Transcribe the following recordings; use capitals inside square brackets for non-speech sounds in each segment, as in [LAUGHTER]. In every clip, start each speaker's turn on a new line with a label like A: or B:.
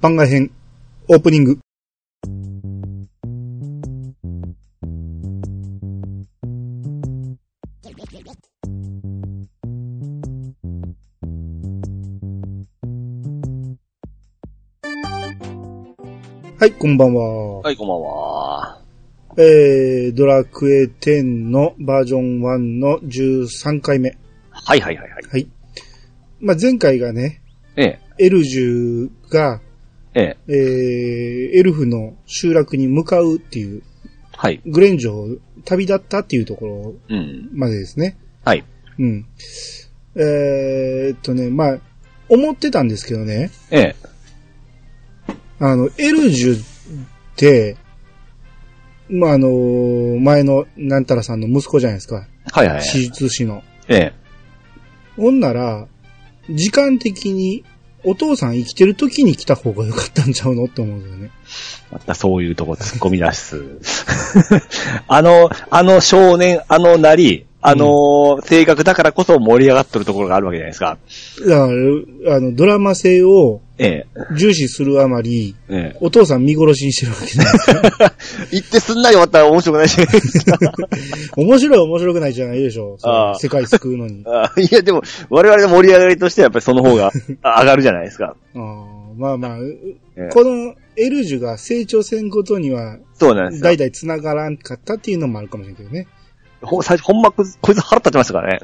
A: 番外編、オープニング。はい、こんばんは。
B: はい、こんばんは。
A: えー、ドラクエ10のバージョン1の13回目。
B: はいはいはいはい。
A: まあ、前回がね、
B: ええ、
A: エルジュが、
B: え
A: え
B: え、
A: ー、エルフの集落に向かうっていう、
B: はい。
A: グレンジョを旅立ったっていうところ
B: うん。
A: までですね。
B: はい。
A: うん。えー、っとね、まあ、思ってたんですけどね、
B: ええ、
A: あの、エルジュって、まあ、あの前のなんたらさんの息子じゃないですか。
B: はいはいはい。
A: 手術師の。
B: ええ、
A: ほんなら、時間的にお父さん生きてる時に来た方が良かったんちゃうのって思うんですよね。
B: またそういうとこ突っ込み出す。 [LAUGHS] あの、あの少年、あのなり、あの、性格だからこそ盛り上がってるところがあるわけじゃないですか。
A: だから、あの、ドラマ性を
B: ええ、
A: 重視するあまり、
B: ええ。
A: お父さん見殺しにしてるわけじゃないですか。
B: 言ってすんなり終わったら面白く [LAUGHS] ないし。
A: 面白い面白くないじゃないでしょ。そ
B: あ
A: の
B: あ。
A: 世界救うのに
B: [LAUGHS] あいや、でも、我々の盛り上がりとしてはやっぱりその [LAUGHS] 方があ上がるじゃないですか。
A: ああまあまあ、
B: ええ
A: このエルジュが成長せんことには、
B: そうなんですよ
A: 代。々繋がらんかったっていうのもあるかもしれんけどね。
B: ほ、最初、ほんまこいつ、こいつ腹立ちましたからね。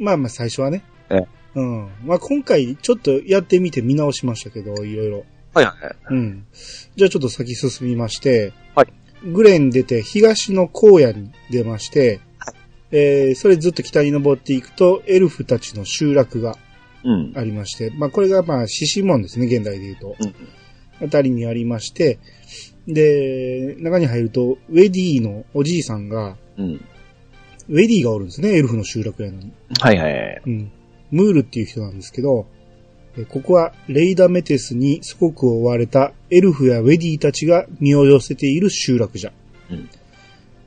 A: まあまあ最初はね。
B: ええ
A: うん。まあ今回ちょっとやってみて見直しましたけど、いろいろ。
B: はいはい。
A: うん。じゃあちょっと先進みまして、
B: はい
A: グレン出て東の荒野に出まして、えー、それずっと北に登っていくと、エルフたちの集落が
B: うん。
A: ありまして、まあこれがまあ獅子門ですね、現代で言うと。
B: うん
A: あたりにありまして、で、中に入ると、ウェディのおじいさんが、
B: うん。
A: ウェディがおるんですね、エルフの集落やのに。
B: はいはい。
A: うん。ムールっていう人なんですけど、えここはレイダメテスに祖国を追われたエルフやウェディたちが身を寄せている集落じゃ。
B: うん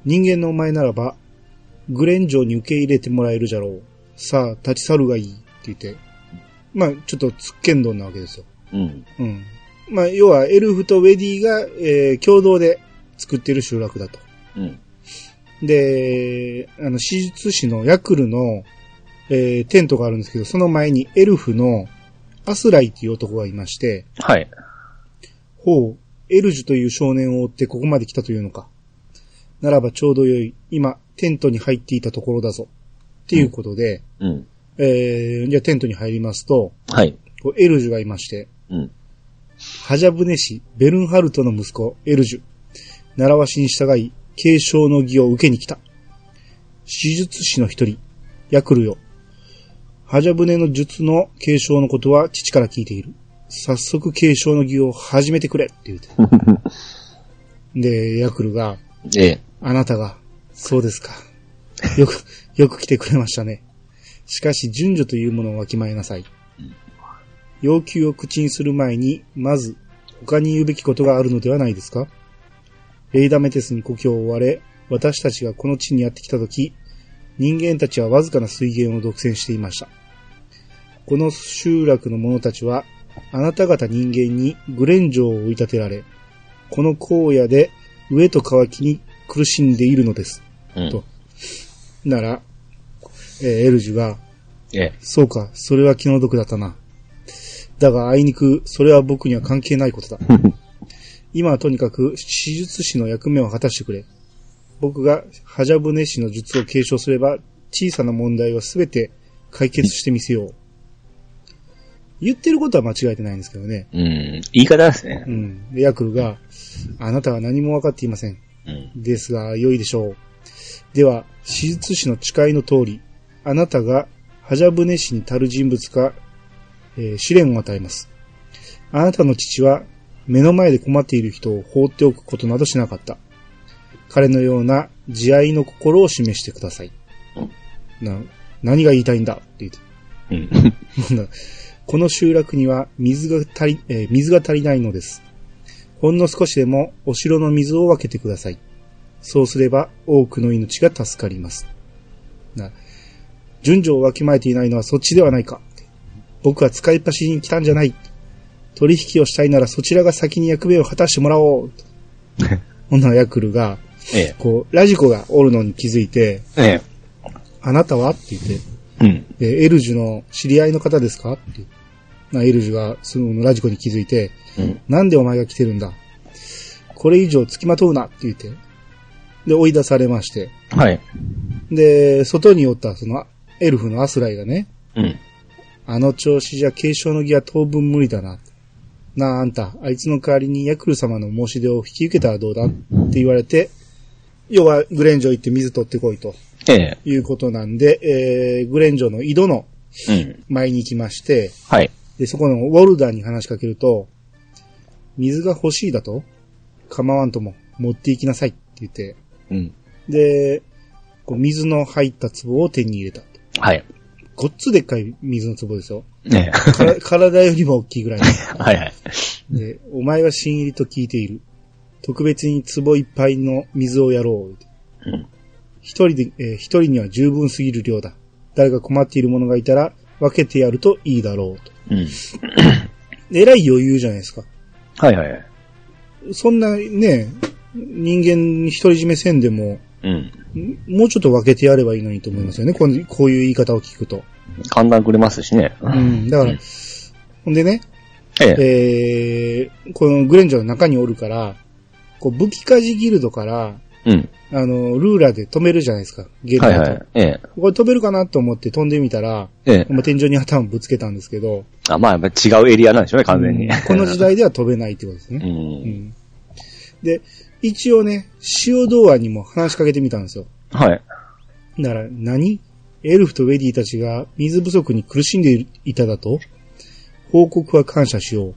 A: 人間のお前ならば、グレン城に受け入れてもらえるじゃろう。さあ、立ち去るがいいって言って。まあ、ちょっとつっけんどんなわけですよ。
B: うん。
A: うん。まあ、要はエルフとウェディが、えー共同で作ってる集落だと。
B: うん。
A: で、あの、手術師のヤクルの、えーテントがあるんですけど、その前にエルフのアスライっていう男がいまして、
B: はい。
A: ほう、エルジュという少年を追ってここまで来たというのか。ならばちょうどよい、今、テントに入っていたところだぞ。っていうことで、
B: うん。
A: えー、じゃあテントに入りますと、
B: はい。
A: こうエルジュがいまして、
B: うん。
A: ハジャブネ氏、ベルンハルトの息子、エルジュ。習わしに従い、継承の儀を受けに来た。手術師の一人、ヤクルよ。ハジャブネの術の継承のことは父から聞いている。早速継承の儀を始めてくれって言
B: [LAUGHS]
A: うて。で、ヤクルが、
B: ええ。
A: あなたが、そうですか。よく、よく来てくれましたね。しかし、順序というものをわきまえなさい。要求を口にする前に、まず、他に言うべきことがあるのではないですかレイダメテスに故郷を追われ、私たちがこの地にやってきたとき、人間たちはわずかな水源を独占していました。この集落の者たちは、あなた方人間にグレン城を追い立てられ、この荒野で飢えと渇きに苦しんでいるのです。
B: うん
A: となら、えーエルジュが、
B: ええ。
A: そうか、それは気の毒だったな。だが、あいにく、それは僕には関係ないことだ。今はとにかく、手術師の役目を果たしてくれ。僕が、ハジャブネ師の術を継承すれば、小さな問題はすべて解決してみせよう。言ってることは間違えてないんですけどね。
B: うん。言い方ですね
A: う。ん。でヤクルが、あなたは何もわかっていません。
B: うん。
A: ですが、良いでしょう。では、手術師の誓いの通り、あなたが、ハジャブネ氏に足る人物か、えー試練を与えます。あなたの父は、目の前で困っている人を放っておくことなどしなかった。彼のような慈愛の心を示してください。な、何が言いたいんだって言って。
B: うん。
A: この集落には水が足り、えー水が足りないのです。ほんの少しでもお城の水を分けてください。そうすれば多くの命が助かります。な、順序をわきまえていないのはそっちではないか。僕は使いっ走りに来たんじゃない。取引をしたいならそちらが先に役目を果たしてもらおう。ほんならヤクルが、
B: え
A: [LAUGHS]
B: え。
A: こう、ラジコがおるのに気づいて、
B: え
A: あなたはって言って、
B: え。うん。
A: で、エルジュの知り合いの方ですかって言う。な、エルジュが、そのラジコに気づいて、
B: うん。
A: なんでお前が来てるんだこれ以上付きまとうなって言って。で、追い出されまして。
B: はい。
A: で、外におった、その、エルフのアスライがね、
B: うん。
A: あの調子じゃ継承の儀は当分無理だな。なあ、あんた、あいつの代わりにヤクル様の申し出を引き受けたらどうだって言われて、要はグレンジョ行って水取ってこいと
B: ええ。
A: いうことなんで、えー、グレンジョの井戸の
B: うん。
A: 前に行きまして、
B: はい。
A: で、そこのウォルダーに話しかけると、水が欲しいだと構わんとも持って行きなさいって言って、
B: うん。
A: で、こう水の入った壺を手に入れた。
B: はい。
A: ごっつでっかい水の壺ですよ。
B: ね
A: から体よりも大きいぐらい
B: え。 [LAUGHS] はいはい。
A: の。で、お前は新入りと聞いている。特別に壺いっぱいの水をやろう。
B: うん
A: 一人で、えー一人には十分すぎる量だ。誰か困っている者がいたら分けてやるといいだろうと。
B: うん。
A: えらい余裕じゃないですか。
B: はいはい。
A: そんなね、人間独り占めせんでも、
B: うん。
A: んもうちょっと分けてやればいいのにと思いますよね。こんこういう言い方を聞くと。
B: 寒暖くれますしね。
A: うん。だから、
B: うん
A: ほんでね、
B: ええ。
A: えー、このグレンジョーの中におるから、こう武器家事ギルドから、
B: うん。
A: あの、ルーラーで止めるじゃないですか。ゲーム
B: はい
A: だと。
B: はい。ええ。
A: これ飛べるかなと思って飛んでみたら、
B: ええ。
A: まあ、天井に頭ぶつけたんですけど、
B: あ、まあ、やっぱ違うエリアなんでしょうね、完全に
A: うん。この時代では飛べないってことです
B: う。
A: ね。うんん。で、一応ね、塩童話にも話しかけてみたんですよ。
B: はい。
A: なら何、エルフとウェディたちが水不足に苦しんでいただと報告は感謝しよう。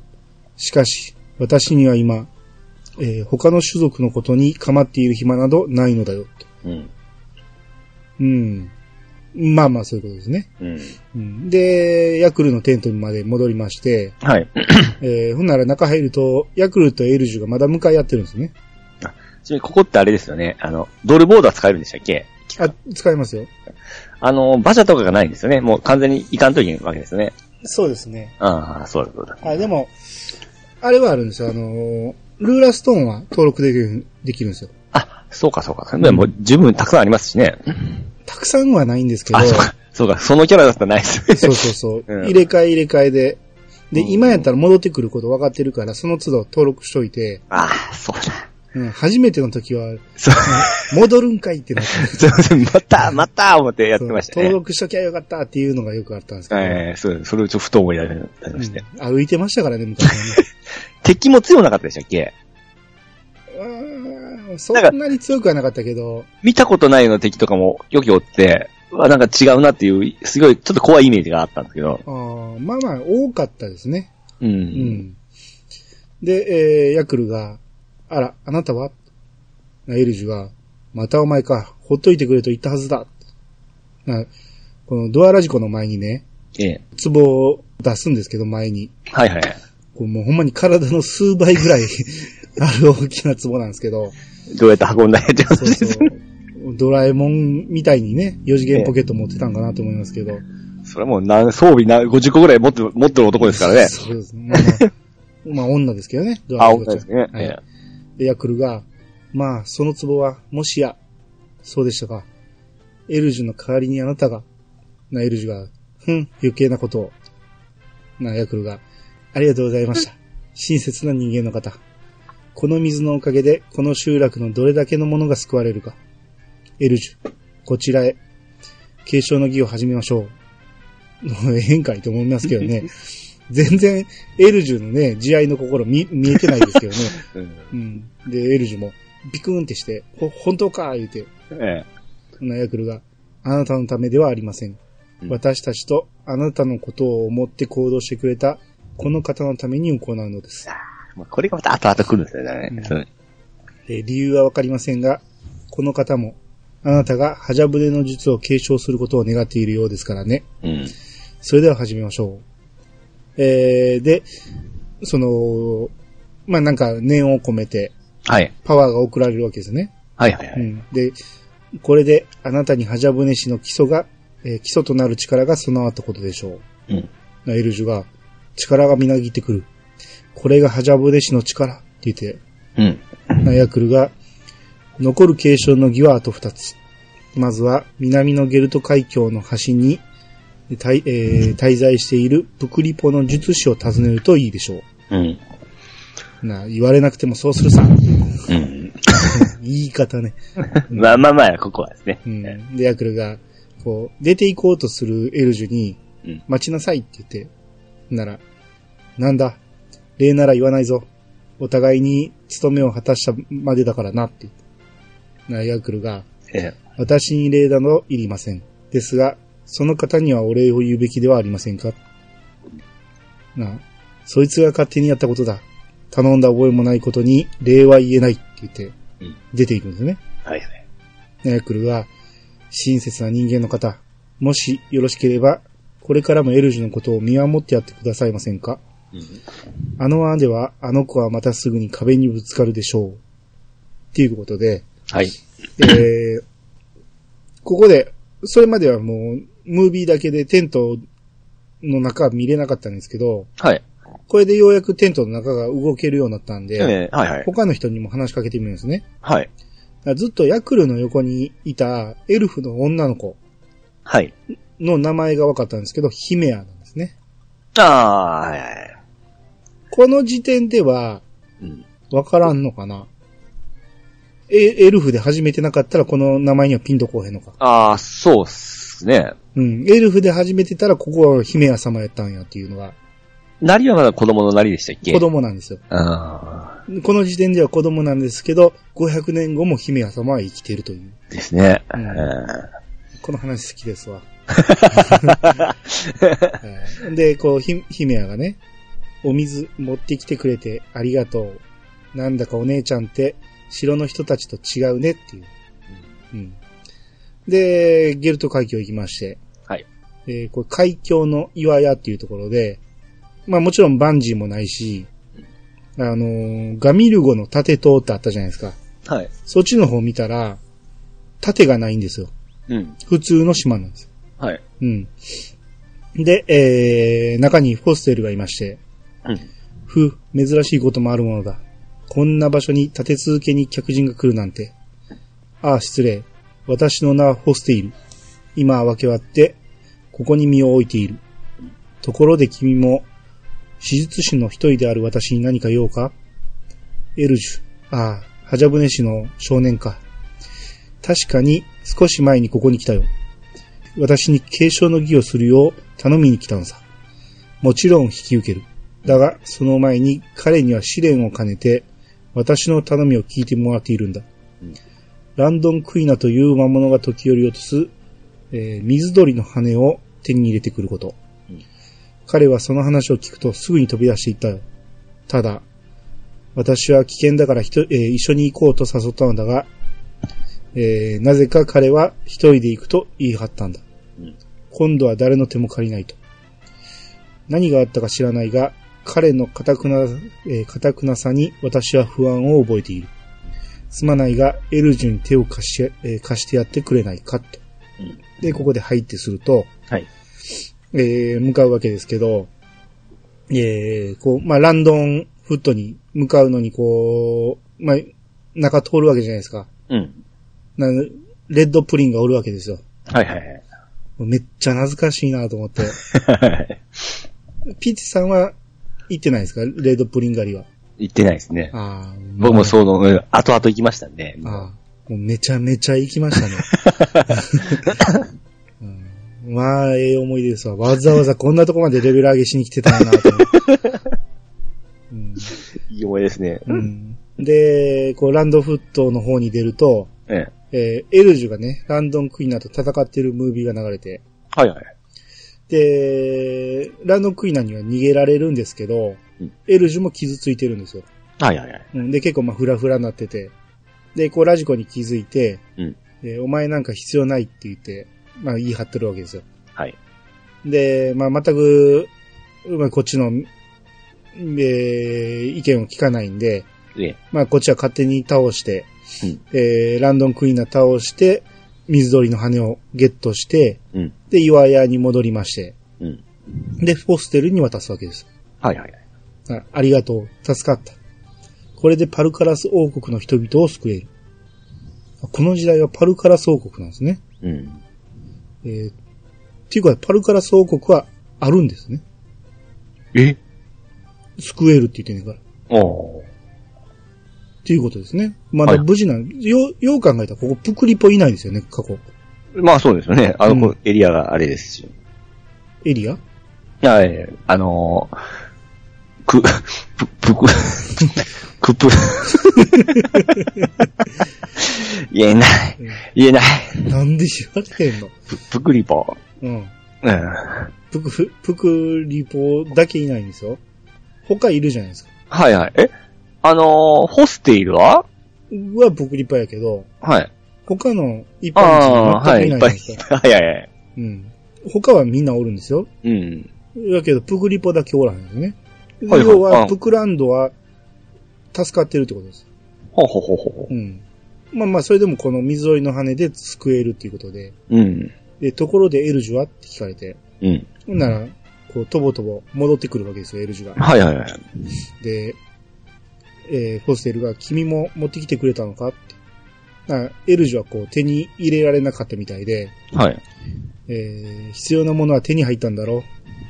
A: しかし、私には今、えー他の種族のことに構っている暇などないのだよ。と
B: うん。
A: うん。まあまあそういうことですね。
B: うん。
A: うん、で、ヤクルのテントまで戻りまして、
B: はい。
A: えーほんなら中入ると、ヤクルとエルジュがまだ向かい合ってるんですよね。
B: ちなみにここってあれですよね。あの、ドルボーダー使えるんでしたっけ
A: あ、使いますよ。
B: あの、馬車とかがないんですよね。もう完全に行かんといけないわけですね。
A: そうですね。
B: ああ、そうだそうだ。
A: あ、でも、あれはあるんですよ。あのー、ルーラストーンは登録できる、できるんですよ。
B: あ、そうかそうか。でも十分たくさんありますしね。
A: たくさんはないんですけど、
B: あ、そうか。そうか。そのキャラだったらないです
A: そう
B: ね。
A: そうそう。
B: うん
A: 入れ替え入れ替えで。で、
B: うん
A: 今やったら戻ってくること分かってるから、その都度登録しといて、
B: ああ、そうだ。
A: うん、初めての時は、
B: そう。
A: 戻るんかいってなって、
B: すいません。 [LAUGHS] また、また、思ってやってまし
A: そ
B: た
A: う登
B: ね。
A: 録しときゃよかったっていうのがよくあったんですけど、
B: ええ、そう、それをちょっとふと思い出しまして。
A: うん歩いてましたからね、昔は
B: [LAUGHS]
A: ね。
B: 敵も強なかったでしたっけ
A: うーんそんなに強くはなかったけど、
B: 見たことないような敵とかもよきおって、あなんか違うなっていう、すごいちょっと怖いイメージがあったんですけど。
A: あーまあまあ多かったですね。
B: う。
A: うんん。で、えー、ヤクルが、あら、あなたはなエルジュが、またお前か、ほっといてくれと言ったはずだ。なこのドアラジコの前にね、
B: ええ。
A: 壺を出すんですけど、前に。
B: はいはい。
A: こうもうほんまに体の数倍ぐらい [LAUGHS] ある大きな壺なんですけど、
B: どうやって運んだんやって
A: そうそう。ドラえもんみたいにね、4次元ポケット持ってたんかなと思いますけど。
B: それはもう何、装備な、50個ぐらい持って、持ってる男ですからね。
A: そうですね。まあまあ、まあ女ですけどね、ド
B: あ、
A: ラえ
B: 本
A: もん
B: 当
A: ちゃん
B: ですね。
A: はい
B: え
A: で、ヤクルが、まあ、その壺は、もしや、そうでしたか。エルジュの代わりにあなたが、な、エルジュが、ふん、余計なことを。な、ヤクルが、ありがとうございました。親切な人間の方。この水のおかげで、この集落のどれだけのものが救われるか。エルジュ、こちらへ。継承の儀を始めましょう。もうええんかいと思いますけどね。全然、エルジュのね、慈愛の心見、見えてないですけどね。
B: えうん
A: うん。で、エルジュも、ビクンってして、ほ、本当か言うて、
B: え
A: ナヤクルが、あなたのためではありません。
B: うん
A: 私たちとあなたのことを思って行動してくれた、この方のために行うのです。
B: えまあこれがまた後々来るんですよね。
A: うん
B: そう
A: で、理由はわかりませんが、この方も、あなたがハジャブデの術を継承することを願っているようですからね。
B: うん。
A: それでは始めましょう。えー、で、その、まあ、なんか念を込めて、
B: はい。
A: パワーが送られるわけですね。
B: はいはいは
A: う
B: い。
A: ん。で、これであなたにハジャブネ氏の基礎が、えー基礎となる力が備わったことでしょ
B: うん。
A: う。エルジュが、力がみなぎってくる。これがハジャブデシの力って言って、
B: うん。
A: ヤクルが、残る継承の儀はあと二つ。まずは、南のゲルト海峡の端に、滞えー滞在しているプクリポの術師を訪ねるといいでしょ
B: うん。
A: う。なあ、言われなくてもそうす
B: [LAUGHS]
A: るさ。
B: うん。
A: 言い方ね。
B: まあまあまあ、ここはですね。
A: うん。で、ヤクルが、こう、出て行こうとするエルジュに
B: うん、
A: 待ちなさいって言って、なら、なんだ、礼なら言わないぞ。お互いに務めを果たしたまでだからなって言って。なあ、ヤクルが、
B: え
A: 私に礼などいりません。ですが、その方にはお礼を言うべきではありませんかなあ、そいつが勝手にやったことだ。頼んだ覚えもないことに礼は言えないって言って
B: うん、
A: 出ていくんですね。
B: えはいはい。
A: ナヤクルは、親切な人間の方、もしよろしければ、これからもエルジュのことを見守ってやってくださいませんかあの案では、あの子はまたすぐに壁にぶつかるでしょう。っていうことで、
B: はい。
A: えー、ここで、それまではもう、ムービーだけでテントの中は見れなかったんですけど、
B: はい。
A: これでようやくテントの中が動けるようになったんで、
B: ええはいはい。
A: 他の人にも話しかけてみるんですね。
B: はい。
A: だからずっとヤクルの横にいたエルフの女の子
B: はい。
A: の名前が分かったんですけど、ヒメアなんですね。
B: ああ、はいはい。
A: この時点では
B: うん。
A: 分からんのかな。え、エルフで始めてなかったらこの名前にはピンとこうへんのか。
B: ああ、そうっすね。
A: うん。エルフで始めてたらここはヒメア様やったんやっていうのが
B: なりはまだ子供のなりでしたっけ
A: 子。供なんですよ。
B: ああ、
A: この時点では子供なんですけど、500年後もヒメア様は生きてるという。
B: ですね。
A: う
B: うんん。
A: この話好きですわ。はいで、こう、ひ、姫やがね、お水持ってきてくれてありがとう。なんだかお姉ちゃんって、城の人たちと違うねっていう。うん。で、ゲルト海峡行きまして。
B: はい。
A: えーこれ海峡の岩屋っていうところで、まあもちろんバンジーもないし、あのーガミルゴの盾塔ってあったじゃないですか。
B: はい。
A: そっちの方見たら、盾がないんですよ。
B: うん。
A: 普通の島なんです。
B: はい。
A: うん。で、えー、中にフォステルがいまして、
B: うん。
A: ふ、珍しいこともあるものだ。こんな場所に立て続けに客人が来るなんて。ああ、失礼。私の名はフォステイル。今は分け割って、ここに身を置いている。ところで君も、手術師の一人である私に何か用かエルジュ。ああ、ハジャブネ氏の少年か。確かに少し前にここに来たよ。私に継承の儀をするよう頼みに来たのさ。もちろん引き受ける。だが、その前に彼には試練を兼ねて、私の頼みを聞いてもらっているんだ。
B: うん
A: ランドン・クイナという魔物が時折落とす、えー水鳥の羽を手に入れてくること。
B: うん
A: 彼はその話を聞くとすぐに飛び出していったよ。ただ、私は危険だからひと、えー一緒に行こうと誘ったのだが、えーなぜか彼は一人で行くと言い張ったんだ。
B: うん
A: 今度は誰の手も借りないと。何があったか知らないが、彼の堅くな、えー堅くなさに私は不安を覚えている。すまないが、エルジュに手を貸し、えー貸してやってくれないかと。
B: うん
A: で、ここで入ってすると、
B: はい。
A: えー向かうわけですけど、えーこう、まあ、ランドンフットに向かうのに、こう、まあ、中通るわけじゃないですか。
B: うん。
A: なレッドプリンがおるわけですよ。
B: はいはい
A: めっちゃ懐かしいなと思
B: [LAUGHS]
A: って。
B: はい。
A: ピーチさんは行ってないですかレッドプリン狩りは。
B: [LAUGHS] 行ってないですね。
A: ああ、
B: 僕もそうの、うん後々行きましたんで。
A: ああ、もうめちゃめちゃ行きましたね。
B: [LAUGHS]
A: うん、まあ、ええ思い出ですわ。わざわざこんなとこまでレベル上げしに来てたんやなと思って、うん
B: いい思いですね。
A: うんで、こう、ランドフットの方に出ると、
B: ええ。
A: えーエルジュがね、ランドンクイナと戦ってるムービーが流れて、
B: はいはい。
A: で、ランドンクイナには逃げられるんですけど、
B: うん
A: エルジュも傷ついてるんですよ。
B: はいはいはい。
A: うん、で、結構まあフラフラになってて。で、こうラジコに気づいて、
B: うん
A: でお前なんか必要ないって言って、まあ言い張ってるわけですよ。
B: はい。
A: で、まあ全く、まあこっちの、えー意見を聞かないんで、
B: ええ。
A: まあこっちは勝手に倒して、
B: うん
A: えーランドンクイーナ倒して、水鳥の羽をゲットして、
B: うん。
A: で、岩屋に戻りまして、
B: うん。
A: で、フォステルに渡すわけです。
B: はいはい。
A: あありがとう。助かった。これでパルカラス王国の人々を救える。この時代はパルカラス王国なんですね。
B: うん。
A: えーっていうか、パルカラス王国はあるんですね。
B: え
A: 救えるって言ってんねんから。
B: おー
A: っていうことですね。まだ
B: はい
A: 無事な、よう、よう考えたら、ここプクリポいないですよね、過去。
B: まあそうですよね。あの、
A: うん
B: こうエリアがあれですし。
A: エリア [LAUGHS]
B: はい。あのー、く、ぷ、ぷく、 [LAUGHS] くぷ。 [LAUGHS] 言えない。言えない。
A: なんで知られてんの
B: ぷ、ぷくりぽ。
A: うん。
B: うん。
A: プク、プクリポだけいないんですよ。他いるじゃないですか。
B: はいはい。えあのー、ホステイルは
A: はプクリポやけど、
B: はい。
A: 他の一般
B: ああ
A: 人
B: ー、
A: 全く
B: はい、
A: い
B: い
A: な
B: っ
A: いじゃ
B: ぱ
A: ないいですか。。
B: はいはいはい。
A: うん。他はみんなおるんですよ。
B: うん。
A: だけど、プクリポだけおらへんですね。
B: はいはい
A: 要
B: う
A: は、
B: ん
A: プクランドは助かってるってことです。
B: ほうほうほうほ
A: うん。まあまあ、それでもこの水鳥の羽で救えるっていうことで。
B: う。うん。
A: で、ところでエルジュはって聞かれて。
B: うん。
A: ほんなら、こう、とぼとぼ戻ってくるわけですよ、エルジュが。
B: はいはいはい。
A: で、えーホステルが、君も持ってきてくれたのかって。なエルジュはこう、手に入れられなかったみたいで、
B: はい。
A: えー必要なものは手に入ったんだろう。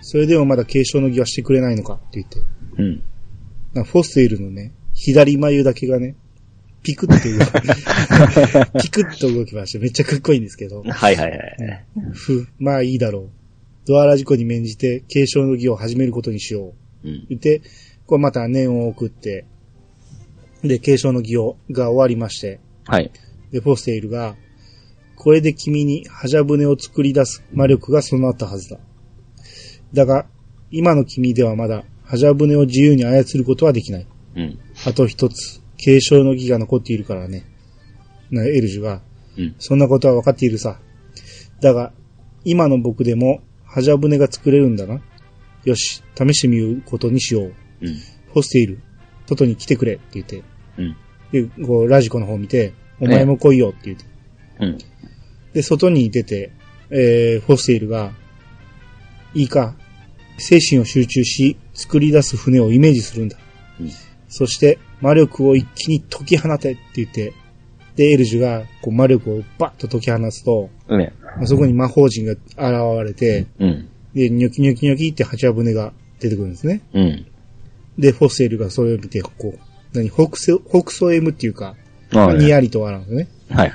A: それでもまだ継承の儀はしてくれないのかって言って。
B: うん。 [LAUGHS]
A: なフォステイルのね、左眉だけがね、ピクって動く [LAUGHS] ピクッと動きまして、めっちゃかっこいいんですけど。
B: はいはいはい。
A: ふ、まあいいだろう。ドアラ事故に免じて継承の儀を始めることにしよう。
B: うん。
A: 言って、こうまた念を送って、で、継承の儀をが終わりまして、
B: はい。
A: で、フォステイルが、これで君にハジャ船を作り出す魔力が備わったはずだ。だが、今の君ではまだ、ハジャ船を自由に操ることはできない。
B: うん。
A: あと一つ、継承の儀が残っているからね。な、エルジュが、
B: うん。
A: そんなことは分かっているさ。だが、今の僕でも、ハジャ船が作れるんだな。よし、試してみることにしよう。
B: うん。
A: フォステイル、外に来てくれって言って。
B: うん
A: で、こう、ラジコの方見て、お前も来いよって言って。
B: うん。
A: で、外に出て、えー、フォステイルが、いいか、精神を集中し、作り出す船をイメージするんだ。
B: うん
A: そして、魔力を一気に解き放てって言って、で、エルジュが、こう、魔力をバッと解き放つと、
B: ね。
A: まあそこに魔法陣が現れて、
B: うん。
A: で、ニョキニョキニョキって八羽船が出てくるんですね。
B: うん。
A: で、フォセルがそれを見て、こう、何、北ソ、北ソ M っていうか、
B: は
A: に
B: い。
A: やりと笑うんです
B: はい。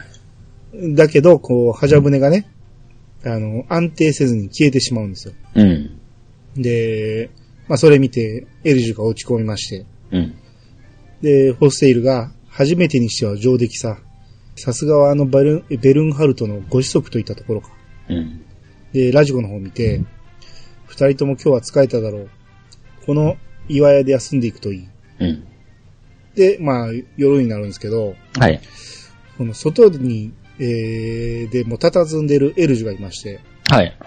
A: ね。だけど、こう、ハジャ船がね、あの、安定せずに消えてしまうんですよ。
B: うん。
A: で、まあ、それ見て、エルジュが落ち込みまして。
B: うん。
A: で、ホステイルが、初めてにしては上出来さ。さすがはあのバルン、ベルンハルトのご子息といったところか。
B: うん。
A: で、ラジコの方を見て、二人とも今日は疲れただろう。この岩屋で休んでいくといい。
B: うん。
A: で、まあ、夜になるんですけど、
B: はい。
A: この外に、えー、でもう佇んでるエルジュがいまして、
B: はい。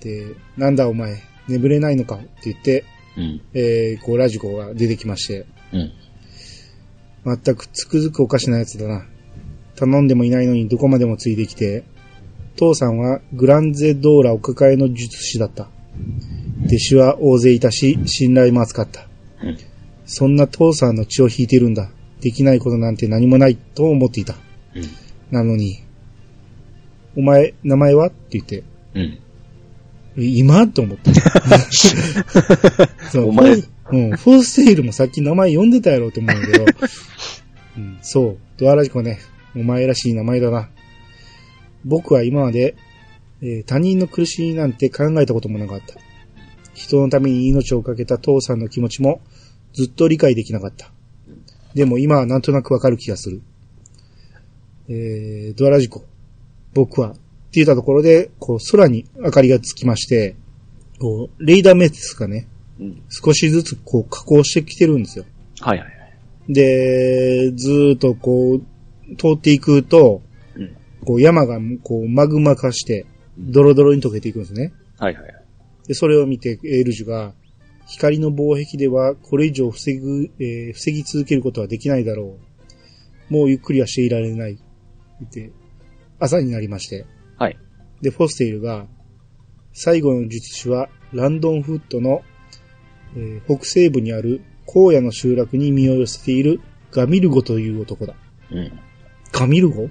A: で、なんだお前、眠れないのかって言って、
B: うん。
A: えー、こうラジコが出てきまして、
B: うん。
A: 全くつくづくおかしなやつだな。頼んでもいないのにどこまでもついてきて、父さんはグランゼドーラお抱えの術師だった。弟子は大勢いたし、信頼も厚かった
B: うん。
A: そんな父さんの血を引いているんだ。できないことなんて何もないと思っていた。
B: うん。
A: なのに、お前、名前はって言って、
B: うん。
A: 今と思 [LAUGHS] って。そう
B: [LAUGHS] お前
A: フォーうん、フォーステイルもさっき名前呼んでたやろうと思うんだけど、うん、そう、ドアラジコね、お前らしい名前だな。僕は今まで、えー他人の苦しみなんて考えたこともなかった。人のために命を懸けた父さんの気持ちもずっと理解できなかった。でも今はなんとなくわかる気がする。えー、ドアラジコ、僕は、って言ったところで、こう、空に明かりがつきまして、こう、レーダーメスがね、
B: うん。
A: 少しずつこう、加工してきてるんですよ。
B: はいはい。
A: で、ずーっとこう、通っていくと、
B: うん
A: こう、山がこう、マグマ化して、ドロドロに溶けていくんですね。
B: はいはい。
A: で、それを見て、エルジュが、光の防壁ではこれ以上防ぐ、えー防ぎ続けることはできないだろう。もうゆっくりはしていられない。って、朝になりまして。
B: はい。
A: で、フォステイルが、最後の術師はランドンフットのえー北西部にある荒野の集落に身を寄せているガミルゴという男だ。
B: うん。
A: ガミルゴ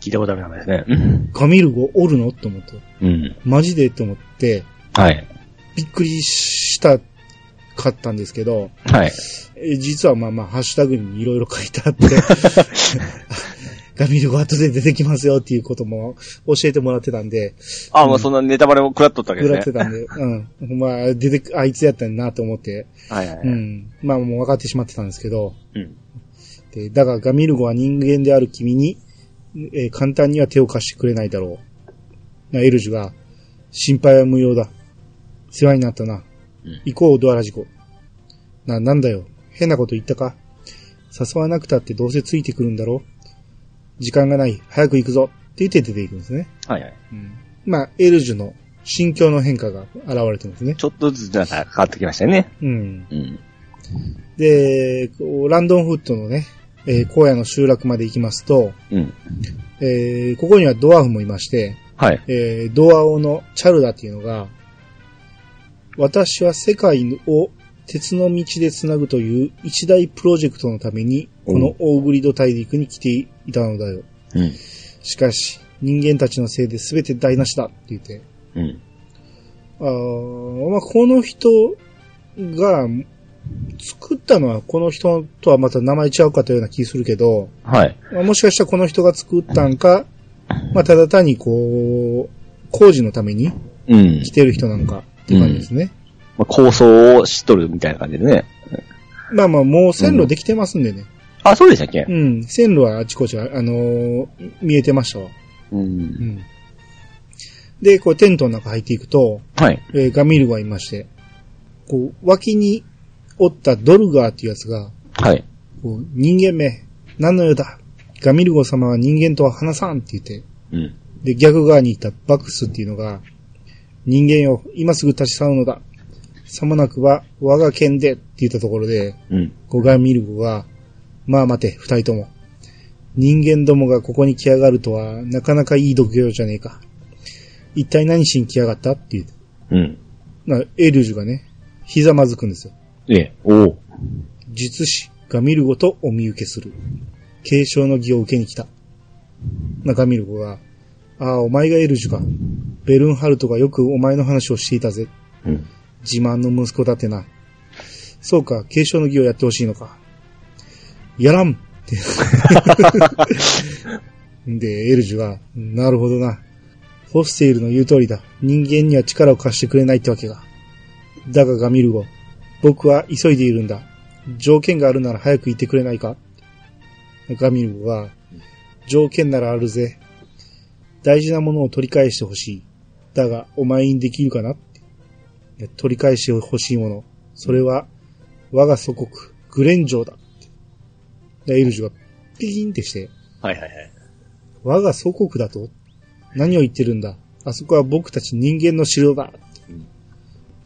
B: 聞いたことある名前ですね。うん。
A: ガミルゴおるのと思った。
B: うん。
A: マジでと思って、
B: はい。
A: びっくりしたかったんですけど、
B: はい。
A: えー実はまあまあ、ハッシュタグにいろいろ書いてあ
B: [LAUGHS]
A: って、ガミルゴ後で出てきますよっていうことも教えてもらってたんで、
B: あ、もうそんなネタバレを食らっとったわけ
A: ぐらっ
B: です
A: て
B: ね。
A: たんで、うん。ほんまあ、出てく、あいつやったんやなと思って、
B: はいはいは
A: う
B: い。
A: ん。まあもう分かってしまってたんですけど、
B: うん。
A: でだがガミルゴは人間である君に、えー簡単には手を貸してくれないだろう。なエルジュが、心配は無用だ。世話になったな。
B: うん
A: 行こう、ドアラジコ。な、なんだよ。変なこと言ったか誘わなくたってどうせついてくるんだろう時間がない。早く行くぞ。って言って出ていくんですね。
B: はいはい。
A: まあ、エルジュの心境の変化が現れてますね。
B: ちょっとずつなんか変わってきましたよね。
A: うん。
B: うん。
A: で、こうランドンフットのね、えー荒野の集落まで行きますと、
B: うん。
A: えーここにはドワーフもいまして、
B: はい。
A: えードアオのチャルダっていうのが、私は世界を鉄の道でつなぐという一大プロジェクトのために、このオーグリド大陸に来ていたのだよ。
B: うん。
A: しかし、人間たちのせいで全て台無しだって言って、
B: うん。
A: あーまあ、この人が作ったのはこの人とはまた名前違うかったような気するけど、
B: はい。
A: まあもしかしたらこの人が作ったんか、まあ、ただ単にこう、工事のために
B: うん
A: 来。てる人なのかっていう感じですね。
B: まあ、構想を知っとるみたいな感じでね。
A: まあまあもう線路できてますんでね。
B: あ、そうでしたっけ
A: うん、線路はあちこち、あのー見えてましたわ。
B: う。
A: うんん。で、こうテントの中入っていくと、
B: はい。
A: えーガミルゴがいまして、こう脇におったドルガーっていうやつが、
B: はい。
A: こう人間め、何の用だガミルゴ様は人間とは話さんって言って、
B: うん。
A: で、逆側にいたバクスっていうのが、人間よ、今すぐ立ち去るのだ。さもなくば、我が剣でって言ったところで、
B: うん。
A: こうガミルゴが、まあ待て、二人とも。人間どもがここに来やがるとは、なかなかいい度胸じゃねえか。一体何しに来やがったっていう。
B: うん。
A: なエルジュがね、ひざまずくんですよ。
B: ええ。おう。
A: 術師、ガミルゴとお見受けする。継承の儀を受けに来た。なガミルゴが、ああ、お前がエルジュか。ベルンハルトがよくお前の話をしていたぜ。
B: うん。
A: 自慢の息子だってな。そうか、継承の儀をやってほしいのか。やらんって。で、エルジュが、なるほどな。ホステイルの言う通りだ。人間には力を貸してくれないってわけが。だがガミルゴ、僕は急いでいるんだ。条件があるなら早く言ってくれないかガミルゴが、条件ならあるぜ。大事なものを取り返してほしい。だが、お前にできるかな取り返してほしいもの。それは、我が祖国、グレン城だ。でエルジュがピキンってして、
B: はいはいはい。
A: 我が祖国だと何を言ってるんだあそこは僕たち人間の城だ、
B: うん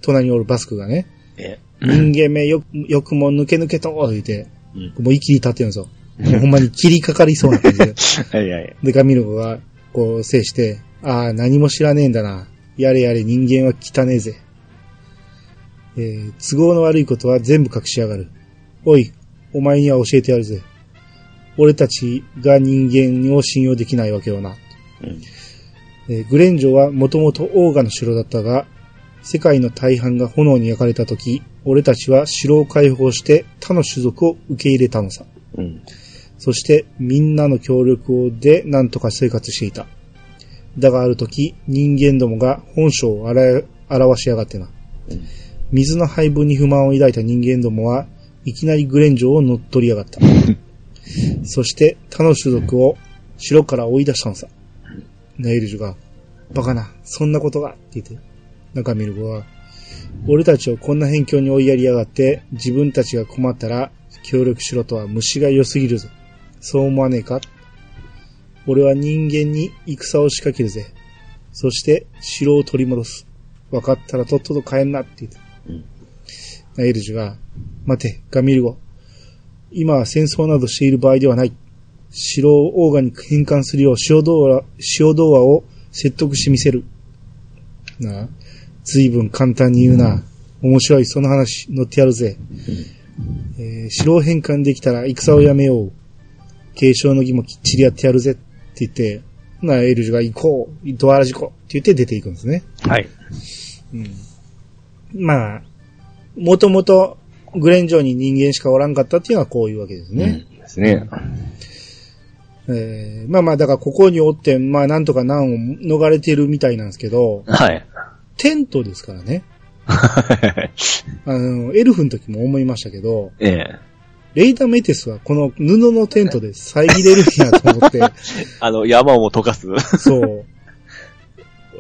A: 隣におるバスクがね、
B: え
A: 人間めよ、よくも抜け抜けと言って、
B: うん
A: もう息に立ってるんですよ。もうほんまに切りかかりそうな感じで。
B: はいはい。
A: で、ガミルゴが、こう、制して、ああ、何も知らねえんだな。やれやれ人間は汚ねえぜ。えー都合の悪いことは全部隠しやがる。おい、お前には教えてやるぜ。俺たちが人間を信用できないわけよな。
B: うん。
A: えーグレン城はもともとオーガの城だったが、世界の大半が炎に焼かれた時、俺たちは城を解放して他の種族を受け入れたのさ。
B: うん。
A: そしてみんなの協力で何とか生活していた。だがある時、人間どもが本性を表表しやがってな
B: うん。
A: 水の配分に不満を抱いた人間どもはいきなりグレン城を乗っ取りやがった。そして他の種族を城から追い出したのさ。ナイルジュが、バカな、そんなことがって言って、中ミルゴは、俺たちをこんな辺境に追いやりやがって、自分たちが困ったら協力しろとは虫が良すぎるぞ。そう思わねえか俺は人間に戦を仕掛けるぜ。そして、城を取り戻す。分かったらとっとと帰んなって言った。
B: うん
A: ナエルジュが、待て、ガミルゴ。今は戦争などしている場合ではない。城をオーガに返還するよう塩童話、塩童話を説得してみせる。なあ、随分簡単に言うな。面白い、その話、乗ってやるぜ。えー、城を返還できたら戦をやめよう。継承の義もきっちりやってやるぜって言って、ほな、エルジュが行こう、ドアラジコって言って出ていくんですね。
B: はい。
A: まあ、もともとグレン城に人間しかおらんかったっていうのはこういうわけですね。
B: うん。ですね。
A: えーまあまあ、だからここにおって、まあなんとか難を逃れてるみたいなんですけど、
B: はい。 [LAUGHS]
A: テントですからね。あの、エルフの時も思いましたけど、
B: ええ。
A: レイダ・メテスはこの布のテントで遮れる日やと思って、
B: あの、山を溶かす。
A: そう。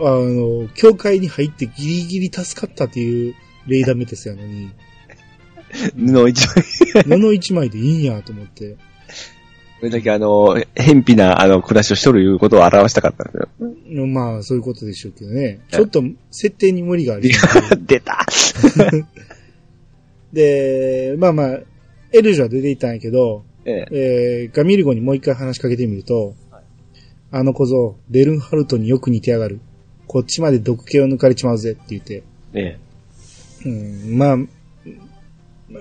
A: あの、教会に入ってギリギリ助かったっていうレイダ・メテスやのに、
B: [LAUGHS] の一枚。
A: 布一枚でいいんやと思って。
B: これだけあの、偏僻なあの暮らしをしとるいうことを表したかったんですよ。
A: まあ、そういうことでしょうけどね。ちょっと設定に無理がありますけど
B: [LAUGHS] 出た
A: で、まあまあ、エルジュは出ていったんやけど、
B: ええ。
A: えーガミルゴにもう一回話しかけてみると、あの小僧、ベルンハルトによく似てやがる。こっちまで毒気を抜かれちまうぜって言って。
B: ええ。
A: うん、ま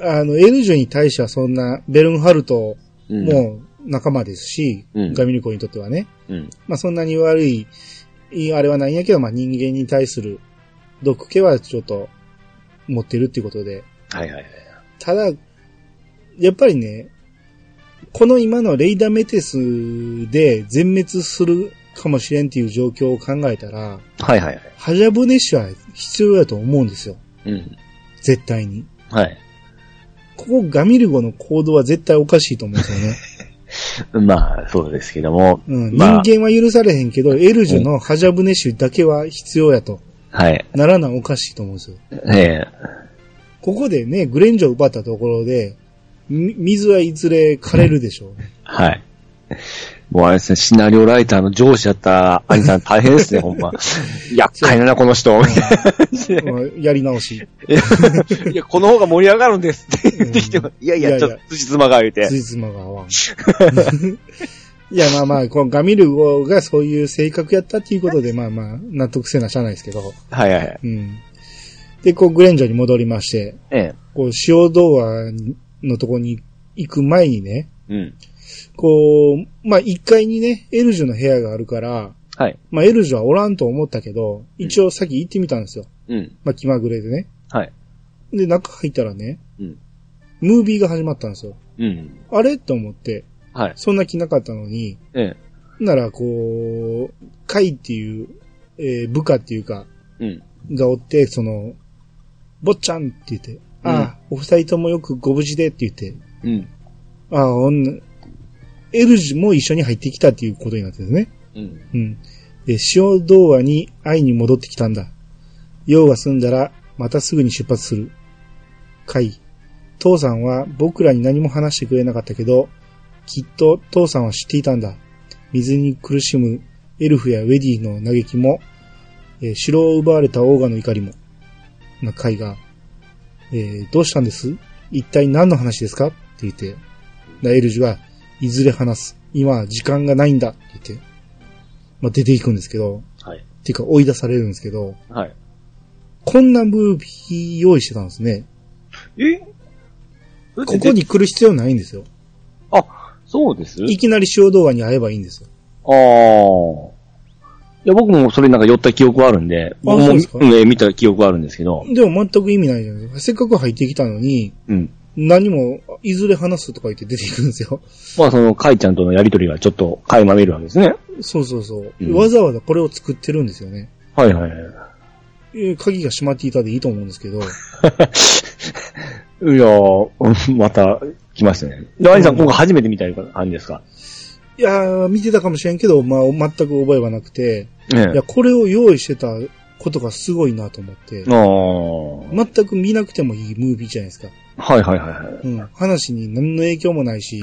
A: あ、あの、エルジュに対してはそんな、ベルンハルト
B: うん。
A: も仲間ですし、
B: うん
A: ガミルゴにとってはね、
B: うん。
A: まあそんなに悪い、いいあれはないんやけど、まあ人間に対する毒気はちょっと持ってるっていうことで、
B: はいはいはい。
A: ただ、やっぱりね、この今のレイダメテスで全滅するかもしれんっていう状況を考えたら、
B: はいはいはい。
A: ハジャブネッシュは必要だと思うんですよ。
B: うん。
A: 絶対に。
B: はい。
A: ここガミルゴの行動は絶対おかしいと思うんですよね。
B: まあ、そうですけども。
A: うん、
B: まあ、
A: 人間は許されへんけど、エルジュのハジャブネッシュだけは必要やと。
B: はい。
A: ならなおかしいと思うんですよ。
B: ええ。
A: ここでね、グレンジョを奪ったところで、み水はいずれ枯れるでしょう。
B: はい。もうあれですね、シナリオライターの上司だった兄さん大変ですね、ほん [LAUGHS] ま。厄介だな、この人。
A: うんやり直し。
B: いや、この方が盛り上がるんですって言ってきても、いやい
A: いや
B: や、
A: い
B: ち
A: や
B: ょっと辻褄が言うて
A: つ。いつまが合わん。 [LAUGHS] いや、まあまあ、このガミルゴがそういう性格やったっていうことで、まあまあ、納得せなしゃあないですけど。
B: はいはいはい。
A: うん。で、こう、グレンジョに戻りまして、
B: ええ。
A: こう、塩童話のとこに行く前にね、
B: うん。
A: こう、まあ1階にね、エルジュの部屋があるから、
B: はい。
A: まあエルジュはおらんと思ったけど、一応さっき行ってみたんですよ。
B: うん。
A: まあ気まぐれでね。
B: はい。
A: で、中入ったらね、
B: うん
A: ムービーが始まったんですよ。
B: うん。
A: あれと思って、
B: はい。
A: そんな気なかったのに、
B: ええ。
A: なら、こう、会っていう、えー部下っていうか、
B: うん。
A: がおって、その、坊ちゃんって言って、ああ、お二人ともよくご無事でって言って、
B: うん。
A: ああ、おんエルジュも一緒に入ってきたっていうことになってるんですね。
B: うん。
A: うん。で、塩童話に会いに戻ってきたんだ。用が済んだら、またすぐに出発する。会。父さんは僕らに何も話してくれなかったけど、きっと父さんは知っていたんだ。水に苦しむエルフやウェディの嘆きも、えー城を奪われたオーガの怒りも。な、会が、えーどうしたんです一体何の話ですかって言って、なエルジュが、いずれ話す。今は時間がないんだって言って、まあ、出ていくんですけど、
B: はい。
A: っていうか追い出されるんですけど、
B: はい。
A: こんなムービー用意してたんですね。
B: え
A: ここ。に来る必要ないんですよ。
B: あ、そうです
A: いきなり塩動画に会えばいいんですよ。
B: ああ。いや、僕もそれなんか寄った記憶はあるんで、僕
A: そ
B: も
A: うですか
B: うんええ見た記憶はあるんですけど、
A: でも全く意味ないじゃないですか。せっかく入ってきたのに、
B: うん。
A: 何も、いずれ話すとか言って出ていくんですよ。
B: まあ、その、カイちゃんとのやりとりがちょっと垣間見えるわけですね。
A: そうそうそう、
B: うん
A: わざわざこれを作ってるんですよね。
B: はいはいはい。
A: えー鍵が閉まっていたでいいと思うんです [LAUGHS] けど、
B: いやー、うんまた、来ましたね。で、アニさん、今回初めて見た感じですか
A: いやー、見てたかもしれんけど、まあ、全く覚えはなくて、
B: ええ。
A: いや、これを用意してたことがすごいなと思って、
B: あー
A: 全く見なくてもいいムービーじゃないですか。
B: はいはいはいは
A: う
B: い。
A: ん、話に何の影響もないし、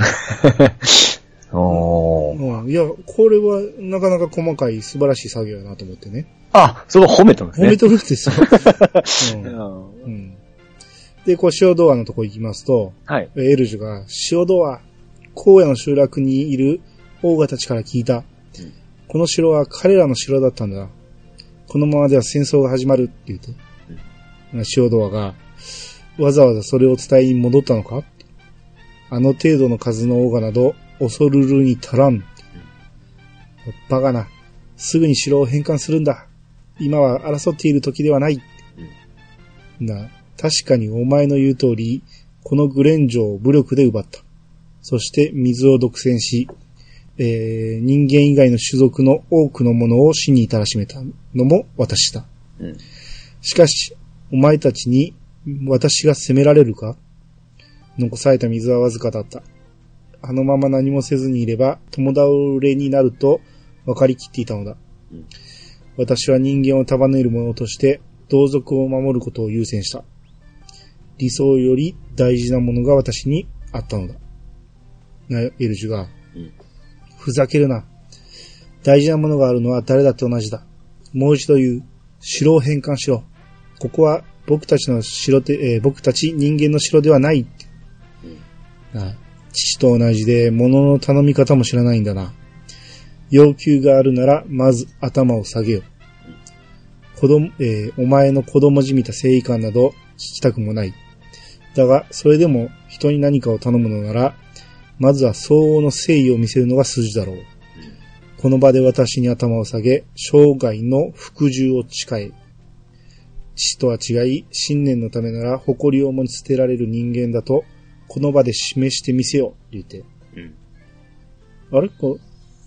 B: おー
A: うん、いや、これはなかなか細かい素晴らしい作業やなと思ってね。
B: あ、それ褒めたんです
A: 褒
B: ね。
A: めとるん [LAUGHS] ですよ。うん
B: うん
A: うん、で、こう、塩童話のとこ行きますと、
B: はい。
A: エルジュが、塩童話、荒野の集落にいる王ガたちから聞いた。この城は彼らの城だったんだ。このままでは戦争が始まるって言って。塩童話が、わざわざそれを伝えに戻ったのかあの程度の数のオーガなど、恐るるに足らん。バカな。すぐに城を返還するんだ。今は争っている時ではない。な、確かにお前の言う通り、このグレンジョを武力で奪った。そして水を独占し、えー人間以外の種族の多くのものを死に至らしめたのも私だ。
B: うん
A: しかし、お前たちに私が責められるか残された水はわずかだった。あのまま何もせずにいれば、友倒れになると分かりきっていたのだ。
B: うん
A: 私は人間を束ねる者として、同族を守ることを優先した。理想より大事なものが私にあったのだ。な、エルジュが、
B: うん
A: ふざけるな。大事なものがあるのは誰だって同じだ。もう一度言う。城を返還しろ。ここは僕たちの城で、えー僕たち人間の城ではないって。なあ父と同じで物の頼み方も知らないんだな。要求があるなら、まず頭を下げよ。子供、えーお前の子供じみた正義感など聞きたくもない。だが、それでも人に何かを頼むのなら、まずは相応の誠意を見せるのが筋だろう。この場で私に頭を下げ、生涯の服従を誓え。父とは違い、信念のためなら誇りをもに捨てられる人間だと、この場で示してみせよ、言うて。
B: うん
A: あれこう、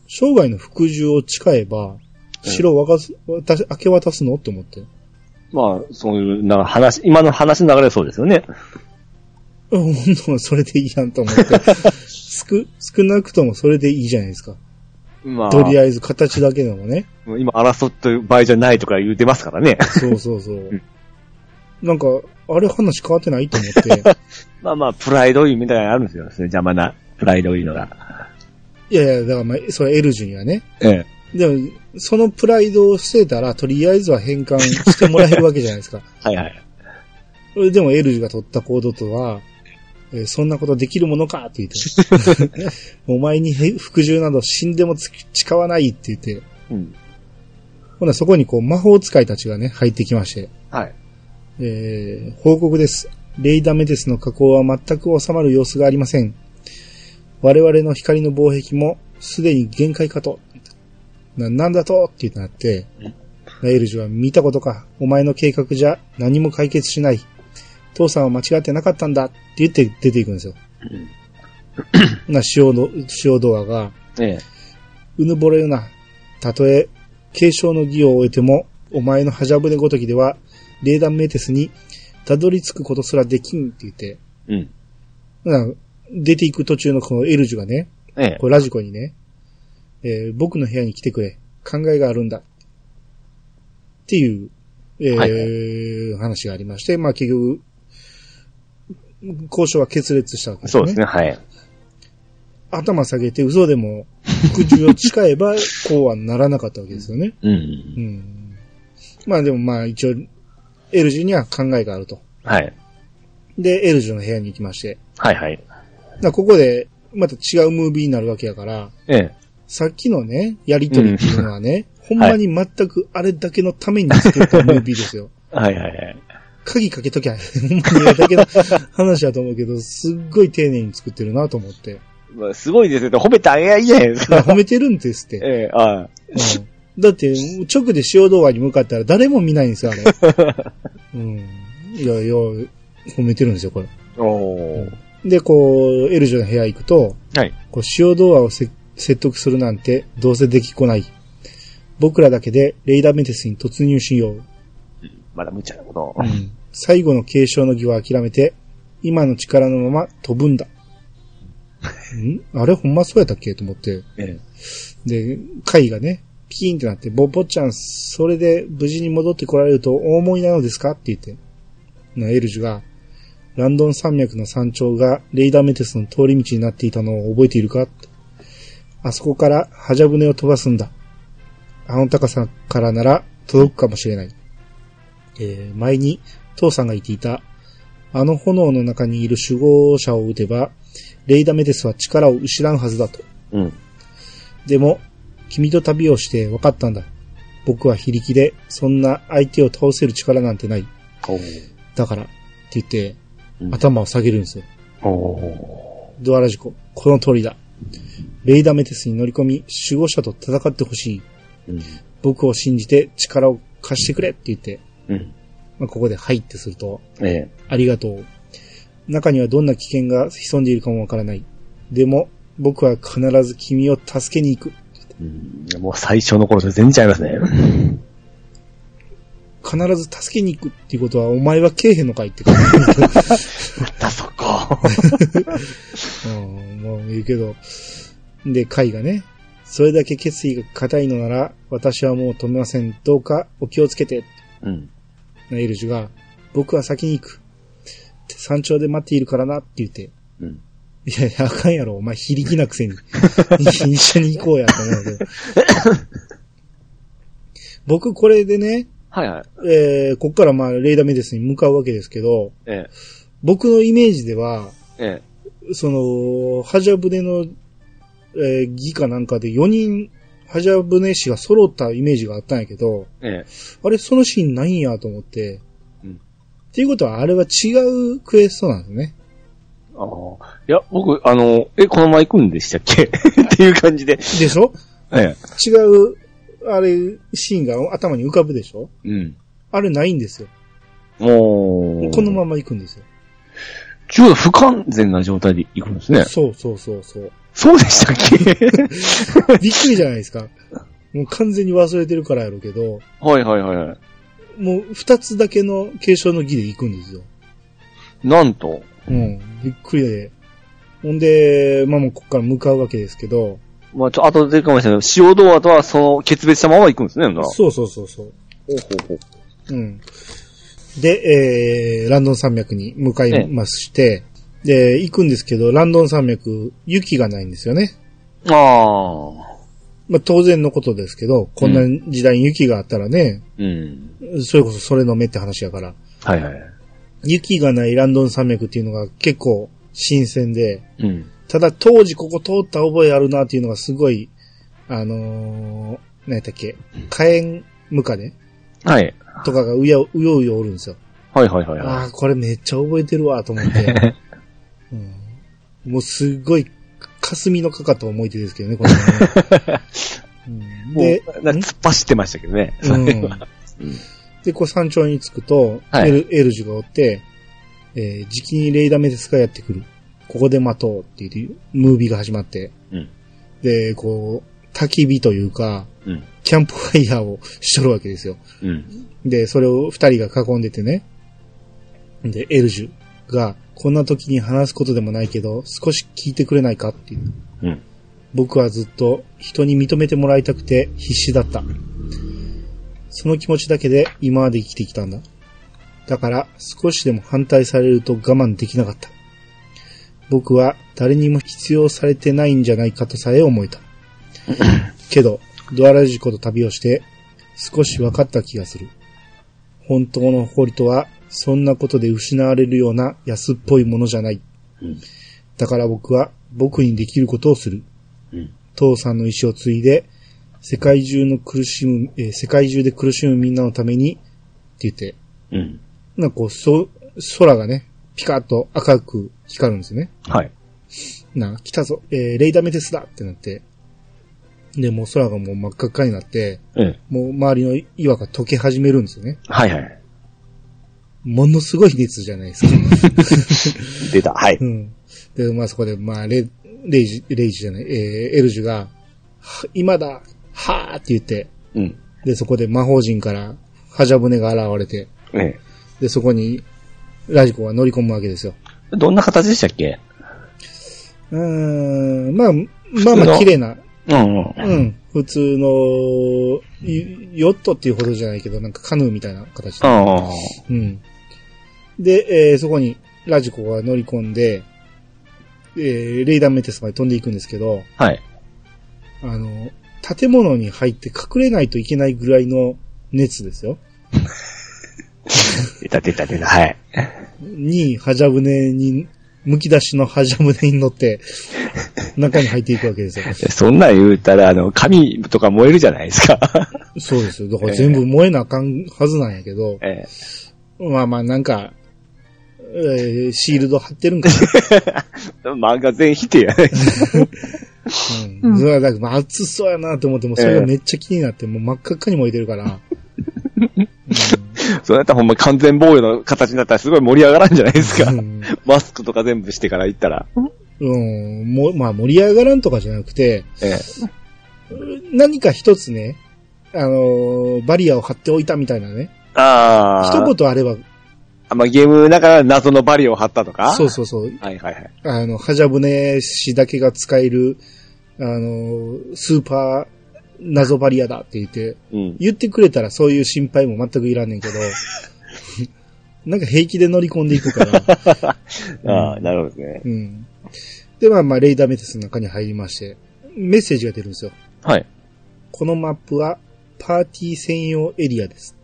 A: 生涯の服従を誓えば、城を渡す、渡し明け渡すのって思って。
B: まあ、そういう、なんか話、今の話の流れそうですよね。
A: うん本当はそれでいいやんと思 [LAUGHS] って。少、少なくともそれでいいじゃないですか。
B: まあ、
A: とりあえず形だけでもね。
B: 今争ってる場合じゃないとか言うてますからね。。
A: そうそうそううんなんか、あれ話変わってないと思って。
B: [LAUGHS]
A: [LAUGHS]
B: まあまあ、プライドいみたいなのあるんですよ。それ邪魔な、プライドいのが。
A: いやいや、だからまあ、それエルジュにはね。
B: ええ。
A: でも、そのプライドを捨てたら、とりあえずは返還してもらえるわけじゃないですか。
B: はいはい。
A: それでもエルジュが取った行動とは、えーそんなことできるものかって言って。 [LAUGHS] お前にへ服従など死んでもつ誓わないって言って。
B: うん。
A: ほな、そこにこう、魔法使いたちがね、入ってきまして。
B: はい。
A: えー報告です。レイダメデスの加工は全く収まる様子がありません。我々の光の防壁もすでに限界かと。な、なんだとってなって
B: うん、
A: ラエルジュは見たことか。お前の計画じゃ何も解決しない。父さんは間違ってなかったんだって言って出ていくんですよ。な、塩の、塩ドアが、
B: ええ。
A: うぬぼれるな。たとえ、継承の儀を終えても、お前のはじゃぶねごときでは、霊団メテスに、たどり着くことすらできんって言って、
B: うん。
A: なんか出ていく途中のこのエルジュがね、
B: ええ。
A: これラジコにね、えー僕の部屋に来てくれ。考えがあるんだ。っていう、えー
B: はい
A: 話がありまして、まあ結局、交渉は決裂したわけです
B: そ
A: ね。
B: うですね、はい。
A: 頭下げて嘘でも、服従を誓えば、こうはならなかったわけですよね。
B: うん。
A: うんまあでもまあ一応、エルジュには考えがあると。
B: はい。
A: で、エルジュの部屋に行きまして。
B: はいはい。
A: だからここで、また違うムービーになるわけやから、
B: ええ。
A: さっきのね、やりとりっていうのはね、ほんまに全くあれだけのために作ったムービーですよ。
B: はいはいはい。
A: 鍵かけときゃ、ほんまにあれだけの [LAUGHS] 話だと思うけど、すっごい丁寧に作ってるなと思って。い
B: まあ、すごいですよね。褒めてあげゃいいじゃないです
A: や
B: [LAUGHS] か。
A: 褒めてるんですって。
B: ええ、あ
A: う
B: あ。
A: んだって、直で塩動画に向かったら誰も見ないんですよ、あれ。
B: [LAUGHS]
A: うん。いやいや、褒めてるんですよ、これ。
B: お
A: ーで、こう、エルジュの部屋行くと、
B: はい。
A: こう塩童話をせ説得するなんてどうせできっこない。僕らだけでレイダーメテスに突入しよう。
B: まだ無茶なこと。
A: 最後の継承の儀は諦めて、今の力のまま飛ぶんだ。んあれほんまそうやったっけと思って。
B: ええ。
A: で、貝がね、ピキーンってなって、ぼ、ぼっちゃん、それで無事に戻ってこられるとお思いなのですかって言って。な、エルジュが、ランドン山脈の山頂がレイダーメテスの通り道になっていたのを覚えているかってあそこから、はじゃ船を飛ばすんだ。あの高さからなら届くかもしれない。えー、前に、父さんが言っていた、あの炎の中にいる守護者を撃てば、レイダーメテスは力を失うはずだと。
B: うん。
A: でも、君と旅をして分かったんだ。僕は非力で、そんな相手を倒せる力なんてない。
B: お
A: だから、って言って、
B: うん
A: 頭を下げるんですよ。
B: お
A: ドアラジコ、この通りだ。レイダメテスに乗り込み、守護者と戦ってほしい。
B: ーうん。
A: 僕を信じて力を貸してくれって言って、
B: うん。
A: まあ、ここで入ってすると、
B: ええ。
A: ありがとう。中にはどんな危険が潜んでいるかもわからない。でも、僕は必ず君を助けに行く。
B: うんもう最初の頃と全然ちゃいますね。 [LAUGHS]
A: 必ず助けに行くっていうことは、お前はけえへんのかいって感じ。
B: だ、そこ。
A: うん、もう言うけど。で、会がね、それだけ決意が固いのなら、私はもう止めません。どうかお気をつけて。
B: うん。
A: なエルジュが、僕は先に行く。山頂で待っているからなって言って。
B: うん。
A: いやいや、あかんやろ。お前、非力なくせに。一緒に行こうやと思うけど。僕、これでね、
B: はいはい。
A: えー、こっからまあ、レイダメデスに向かうわけですけど、
B: ええ。
A: 僕のイメージでは、
B: え
A: その、ハジャブネの、えー、議かなんかで4人、ハジャブネ氏が揃ったイメージがあったんやけど、
B: え。ええ。
A: あれ、そのシーンないんやと思って、
B: うん
A: っていうことは、あれは違うクエストなんですね。
B: ああ。いや、僕、あの、え、このまま行くんでしたっけ [LAUGHS] っていう感じで。
A: でしょ
B: え
A: 違う、あれ、シーンが頭に浮かぶでしょ
B: え。うん。
A: あれないんですよ。
B: もう。
A: このま
B: ま。
A: ま行くんですよ。
B: ちょうど不完全な状態で行くんですね。
A: そうそうそうそう。
B: そうでしたっけ
A: びっくりじゃないですか。もう完全に忘れてるからやろうけど、
B: [LAUGHS] はいはいはいはい。
A: もう二つだけの継承の儀で行くんですよ。
B: なんと。
A: うん。びっくりで。ほんで、まあもうここから向かうわけですけど、
B: まあちょ、後で出るかもしれないけど、塩ドアとはその決別したまま行くんですね、ほんなら。
A: そうそうそうそう。
B: ほうほうほう。
A: うん。で、えー、ランドン山脈に向かいまして、で、行くんですけど、ランドン山脈、雪がないんですよね。
B: ああ。
A: まあ当然のことですけど、こんな時代に雪があったらね、
B: うん。
A: それこそそれの目って話やから。
B: はいはい。
A: 雪がないランドン山脈っていうのが結構新鮮で、
B: うん。
A: ただ当時ここ通った覚えあるなっていうのがすごい、あのー、何やったっけ、火炎ムカデ
B: はい。
A: とかがうやうようよおるんですよ。
B: はいはいはい
A: あ
B: は
A: あ、これめっちゃ覚えてるわ、と思って。うん、もうすっごい、霞のかかった思い出ですけどね、これ、ねうん
B: い。も
A: で、
B: う、なんか突っ走ってましたけどね。
A: うん
B: うん
A: で、こう山頂に着くと、
B: はい
A: エルエルジュがおって、えー、じきにレイダメデスがやってくる。ここで待とうっていうムービーが始まって、
B: うん
A: で、こう、焚き火というか、
B: うん。
A: キャンプファイヤーをしとるわけですよ。
B: うん。
A: で、それを二人が囲んでてね。で、エルジュが、こんな時に話すことでもないけど、少し聞いてくれないかっていう。
B: うん。
A: 僕はずっと人に認めてもらいたくて必死だった。その気持ちだけで今まで生きてきたんだ。だから少しでも反対されると我慢できなかった。僕は誰にも必要されてないんじゃないかとさえ思えた。けど、ドアラジコと旅をして少し分かった気がする。本当の誇りとはそんなことで失われるような安っぽいものじゃない。
B: うん
A: だから僕は僕にできることをする。
B: うん。
A: 父さんの意志を継いで、世界中の苦しむ、えー世界中で苦しむみんなのために、って言って、
B: うん。
A: なんかこう、そ、空がね、ピカッと赤く光るんですね。
B: はい。
A: な、来たぞ、えーレイダメテスだってなって。で、もう空がもう真っ赤っかになって、
B: ええ。
A: もう周りの岩が溶け始めるんですよね。
B: はいはい。
A: ものすごい熱じゃないですか。。
B: 出た。はいう
A: ん。で、まあそこで、まあ、レ、レイジ、レイジじゃない、えーエルジュが、は今だはーって言って、
B: うん。
A: で、そこで魔法陣から、ハジャブネが現れて、
B: ええ。
A: で、そこに、ラジコが乗り込むわけですよ。
B: どんな形でしたっけ
A: うーん、まあ、まあまあ、綺麗な、
B: うんうん。
A: うん、普通の、いヨットっていうほどじゃないけど、なんかカヌーみたいな形で。
B: ああ。
A: うん。で、えーそこに、ラジコが乗り込んで、えーレイダーメテスまで飛んでいくんですけど、
B: はい。
A: あの、建物に入って隠れないといけないぐらいの熱ですよ。
B: 出た出た出た。はい。
A: に、ハジャブネに、剥き出しのハジャブネに乗
B: [LAUGHS]
A: って、中に入っていくわけですよ。
B: そんなん言うたら、あの、紙とか燃えるじゃないですか。 [LAUGHS]
A: そうですよ。だから全部燃えなあかんはずなんやけど、
B: ええ。
A: まあまあなんか、えーシールド貼ってるんかな。
B: 漫画全否定やね。
C: う
A: う。
C: んん
A: それはだから暑そうやなと思って、もうそれがめっちゃ気になって、もう真っ赤っかに燃えてる
B: [LAUGHS]
A: から。
B: それだったらほんま完全防御の形になったらすごい盛り上がらんじゃないですか
A: う。ん
B: マスクとか全部してから行ったら。
A: うん、も、まあ盛り上がらんとかじゃなくて、
B: え
A: 何か一つね、あのーバリアを張っておいたみたいなね。
B: え。ああ。
A: 一言あれば、
B: あまあ、ゲームだから謎のバリを張ったとか
A: そうそうそう、
B: はいはいはい。
A: あの、はじゃぶねしだけが使える、あのースーパー謎バリアだって言って、
B: うん。
A: 言ってくれたらそういう心配も全くいらんねんけど、 [LAUGHS] なんか平気で乗り込んでいくから、
B: [LAUGHS] ああ、なるほどですね。
A: うん。で、まあまあ、レイダーメテスの中に入りまして、メッセージが出るんですよ。
B: はい。
A: このマップはパーティー専用エリアです。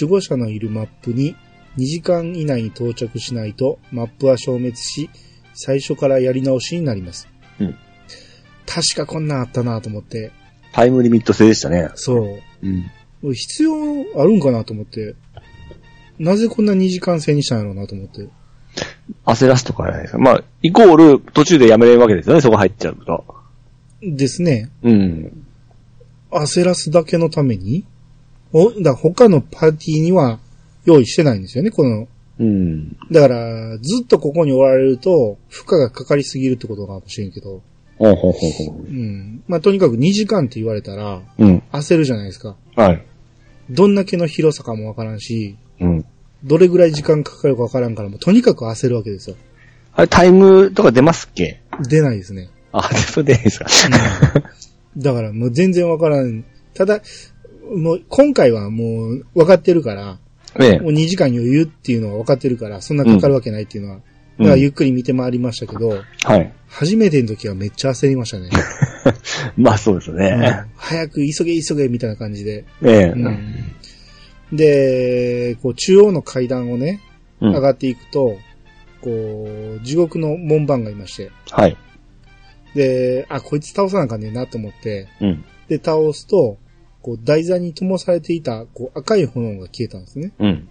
A: 守護者のいるマップに2時間以内に到着しないとマップは消滅し、最初からやり直しになります。
B: うん
A: 確かこんなんあったなと思って、
B: タイムリミット制でしたね。
A: そう。
B: うん。
A: 俺必要あるんかなと思って、なぜこんな2時間制にしたんやろうなと思って。
B: 焦らすとかじゃないですか。まあ、イコール途中でやめれるわけですよね、そこ入っちゃうと。
A: ですね。
B: うん。
A: 焦らすだけのためにお、だから他のパーティーには用意してないんですよね、この
B: うん。
A: だから、ずっとここにおられると、負荷がかかりすぎるってことかもしれんけど、
B: ほうほうほうほ
A: うん。まあ、とにかく2時間って言われたら、
B: う。うん。
A: 焦るじゃないですか。
B: はい。
A: どんだけの広さかもわからんし、
B: うん。
A: どれぐらい時間かかるかわからんから、もうとにかく焦るわけですよ。
B: あれ、タイムとか出ますっけ
A: 出ないですね。
B: あ、そう出ないですか。
A: だから、もう全然わからん。ただ、もう今回はもう分かってるから、
B: [LAUGHS] ね
A: もう2時間余裕っていうのは分かってるから、そんなかかるわけないっていうのは、
B: え。
A: だから
B: うん
A: ゆっくり見て回りましたけど、
B: はい。
A: 初めての時はめっちゃ焦りましたね。
B: まあ、そうですね。
A: [LAUGHS] 早く急げ急げみたいな感じで。
B: ええ。
A: うんで、こう中央の階段をね、
B: うん
A: 上がっていくと、こう、地獄の門番がいまして、
B: はい。
A: で、あ、こいつ倒さなあかんねえなと思って、
B: うん。
A: で、倒すと、こう、台座に灯されていた、こう、赤い炎が消えたんですね。
B: うん。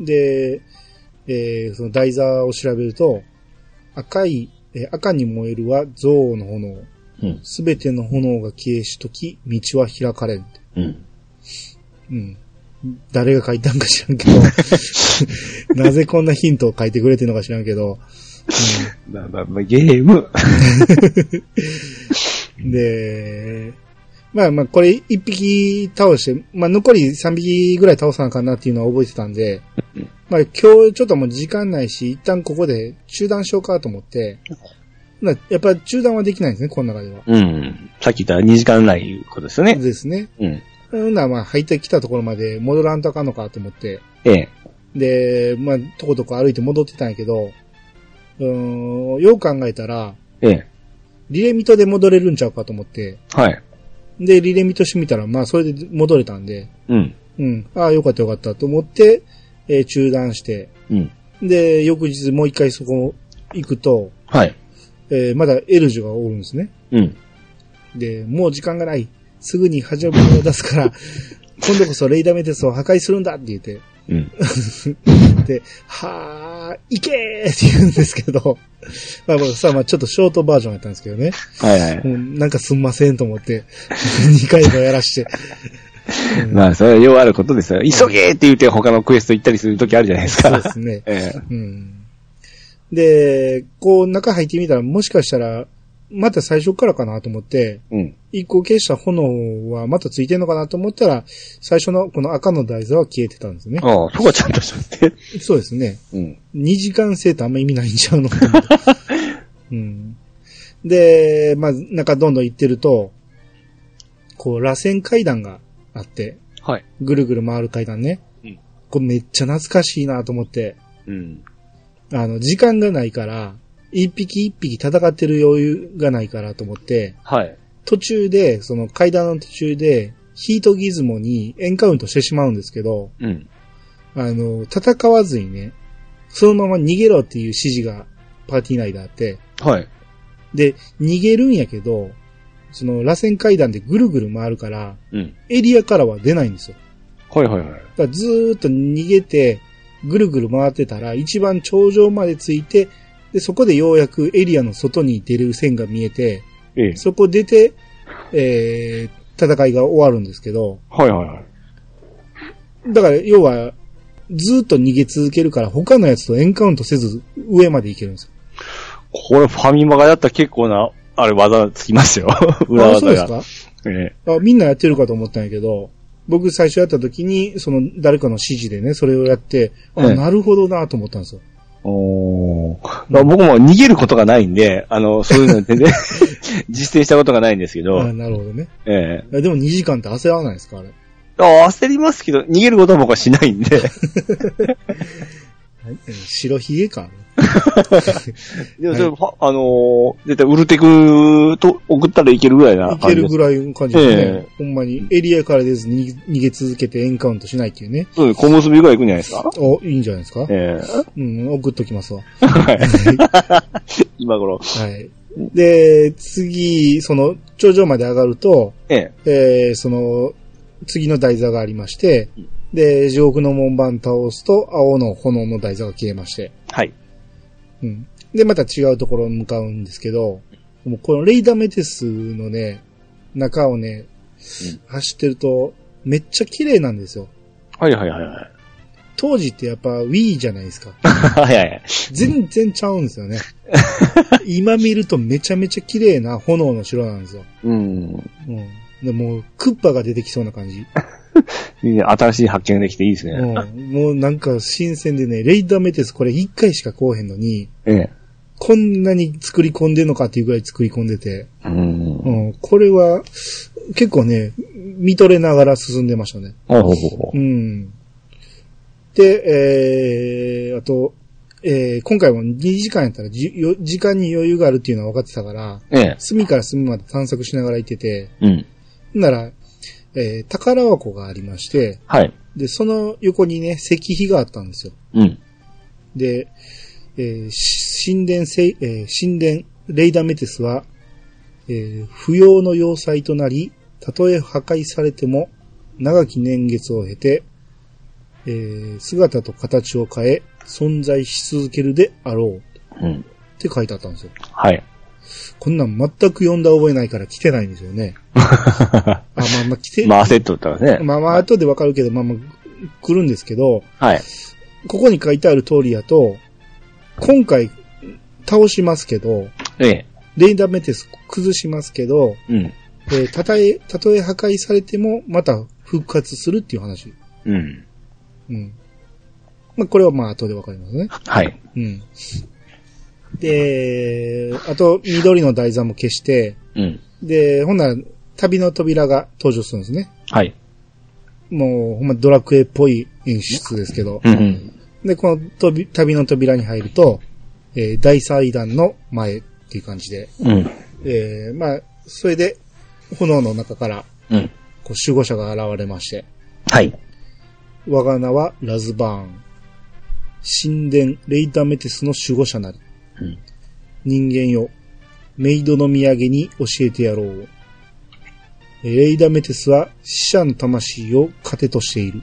A: で、えーその台座を調べると、赤い、えー赤に燃えるは憎悪の炎、
B: うん。
A: すべての炎が消えしとき、道は開かれん。
B: うん。
A: うん。誰が書いたんか知らんけ [LAUGHS] ど、なぜこんなヒントを書いてくれてるのか知らんけど、
B: まあまあまあ、ゲーム。
A: うん、で、まあまあこれ一匹倒して、まあ残り三匹ぐらい倒さなあかんなっていうのは覚えてたんで
B: うん、
A: まあ今日ちょっともう時間ないし、一旦ここで中断しようかと思って、なやっぱり中断はできないんですね、この中では。
B: うん。さっき言った2時間ないいうことですよね。
A: ですね。
B: うん。
A: うんならまあ入ってきたところまで戻らんとあかんのかと思って、
B: ええ。
A: で、まあ、とことこ歩いて戻ってたんやけど、うーん、よう考えたら、
B: ええ。
A: リレミトで戻れるんちゃうかと思って、
B: はい。
A: で、リレミトしてみたら、まあ、それで戻れたんで、
B: うん。
A: うん、ああ、よかったよかったと思って、えー中断して、
B: うん。
A: で、翌日もう一回そこ行くと、
B: はい。
A: えーまだエルジュがおるんですね。
B: うん。
A: で、もう時間がない。すぐにハジャブルを出すから、 [LAUGHS] 今度こそレイダメテスを破壊するんだって言って、
B: う
A: [LAUGHS]
B: ん。
A: で、はー、いけーって言うんですけど、 [LAUGHS] まあ僕さ、まあちょっとショートバージョンやったんですけどね。
B: はいはい。
A: もうなんかすんませんと思って、2回もやらして。
B: まあ、それはようあることですよ。急げって言って他のクエスト行ったりするときあるじゃないです
A: そう
B: か
A: で。すね。
B: え
A: うん。で、こう中入ってみたら、もしかしたら、また最初からかなと思って、
B: え。うん。
A: 一個消した炎はまたついてんのかなと思ったら、最初のこの赤の台座は消えてたんですね。
B: ああ、そこはちゃんとしとって。
A: そうですね。
B: うん。
A: 二時間制ってあんま意味ないんちゃう
B: [LAUGHS]
A: のうん。で、まあ、中どんどん行ってると、こう、螺旋階段があって、
B: はい。
A: ぐるぐる回る階段ね。
B: うん
A: これめっちゃ懐かしいなと思って、
B: うん。
A: あの、時間がないから、一匹一匹戦ってる余裕がないからと思って、
B: はい。
A: 途中で、その階段の途中で、ヒートギズモにエンカウントしてしまうんですけど、
B: うん。
A: あの、戦わずにね、そのまま逃げろっていう指示がパーティー内であって、
B: はい。
A: で、逃げるんやけど、その螺旋階段でぐるぐる回るから、
B: うん。
A: エリアからは出ないんですよ。
B: はいはいはい。
A: だからずーっと逃げて、ぐるぐる回ってたら、一番頂上まで着いて、で、そこでようやくエリアの外に出る線が見えて、
B: ええ。
A: そこ出て、えー、戦いが終わるんですけど、
B: はいはいはい。
A: だから要は、ずーっと逃げ続けるから他のやつとエンカウントせず上まで行けるんですよ。
B: これファミマがやったら結構な、あれ技つきますよ。 [LAUGHS] 裏
A: あ、そう
B: 技
A: ですか
B: が。え
A: あみんなやってるかと思ったんやけど、僕最初やった時に、その誰かの指示でね、それをやって、あ、
B: ええ
A: なるほどなと思ったんですよ。
B: え。おーだから僕も逃げることがないんで、あの、そういうの [LAUGHS] 全然実践したことがないんですけど、
A: あなるほどね。
B: ええ。
A: あでも2時間って焦らないですかあれ。
B: あ焦りますけど、逃げることは僕はしないんで。
A: え白ひげか。
B: [LAUGHS] でもそれ、はあのー、絶対ウルテクと送ったらいけるぐらいない感
A: け
B: じ
A: る
B: です。
A: ぐらいの感じですね
B: え。
A: ほんまに、エリアから出ずに逃げ続けてエンカウントしないっていうね。
B: そうです。小結びぐらい行くんじゃないですか
A: お、いいんじゃないですか
B: ええ
A: うん、送っときますわ。
B: 今頃。
A: はい。で、次、その、頂上まで上がると、
B: ええ。
A: えーその、次の台座がありまして
B: うん、
A: で、地獄の門番倒すと、青の炎の台座が消えまして、
B: はい。
A: うん。で、また違うところに向かうんですけど、もうこのレイダメテスのね、中をね、走ってると、めっちゃ綺麗なんですよ。
B: はいはいはいはい。
A: 当時ってやっぱ Wii じゃないです [LAUGHS] か。
B: はいはいはい。
A: 全然ちゃうんですよね。今見るとめちゃめちゃ綺麗な炎の城なんですよ。
B: うん。
A: うん。でもう、クッパが出てきそうな感じ。
B: いいね新しい発見できていいですね。
A: うん。もうなんか新鮮でね、レイダーメテスこれ一回しかこうへんのに、
B: ええ。
A: こんなに作り込んでんのかっていうぐらい作り込んでて、
B: うん。
A: う。
B: ほうん
A: これは、結構ね、見とれながら進んでましたね。
B: ほうほう
A: うん。で、えー、あと、えー、今回も2時間やったらじよ時間に余裕があるっていうのは分かってたから、
B: ええ。
A: 隅から隅まで探索しながら行ってて、
B: うん。
A: なら、えー、宝箱がありまして、
B: はい。
A: で、その横にね、石碑があったんですよ。
B: うん。
A: で、えーし神殿せい、えー神殿、レイダメテスは、えー不要の要塞となり、たとえ破壊されても、長き年月を経て、えー姿と形を変え、存在し続けるであろう。
B: うん。
A: って書いてあったんですよ。
B: [LAUGHS] はい。
A: こんなん全く読んだ覚えないから来てないんですよね。あ、まあまあ来て、
B: まあ、焦っとったらね。
A: まあまあ後でわかるけど、まあまあ来るんですけど、
B: はい。
A: ここに書いてある通りやと、今回倒しますけど、
B: ええ。
A: レイダメテス崩しますけど、
B: うん。
A: えーたたえ、たとえ破壊されても、また復活するっていう話。
B: うん。
A: うん。まあ、これはまあ、後でわかりますね。
B: はい。
A: うん。で、あと、緑の台座も消して、
B: うん。
A: で、ほんなら、旅の扉が登場するんですね。
B: はい。
A: もう、ほんまドラクエっぽい演出ですけど。
B: うんうん。
A: で、このとび旅の扉に入ると、えー大祭壇の前っていう感じで、
B: うん。
A: えーまあ、それで、炎の中から、
B: うん。
A: こう、守護者が現れまして、
B: はい。
A: 我が名はラズバーン。神殿レイダメテスの守護者なり。
B: うん
A: 人間よ、メイドの土産に教えてやろう。えーレイダメテスは死者の魂を糧としている。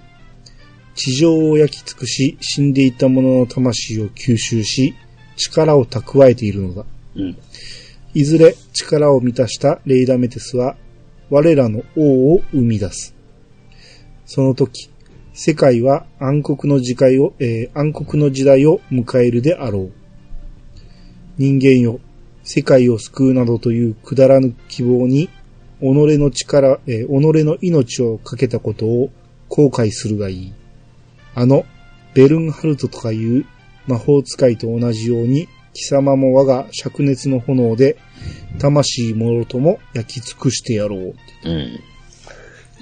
A: 地上を焼き尽くし、死んでいた者の魂を吸収し、力を蓄えているのだ。
B: うん。
A: いずれ力を満たしたレイダメテスは、我らの王を生み出す。その時、世界は暗黒の時代を、えー暗黒の時代を迎えるであろう。人間よ、世界を救うなどというくだらぬ希望に、己の力、えー己の命をかけたことを後悔するがいい。あの、ベルンハルトとかいう魔法使いと同じように、貴様も我が灼熱の炎で、魂もろとも焼き尽くしてやろう。
B: うん。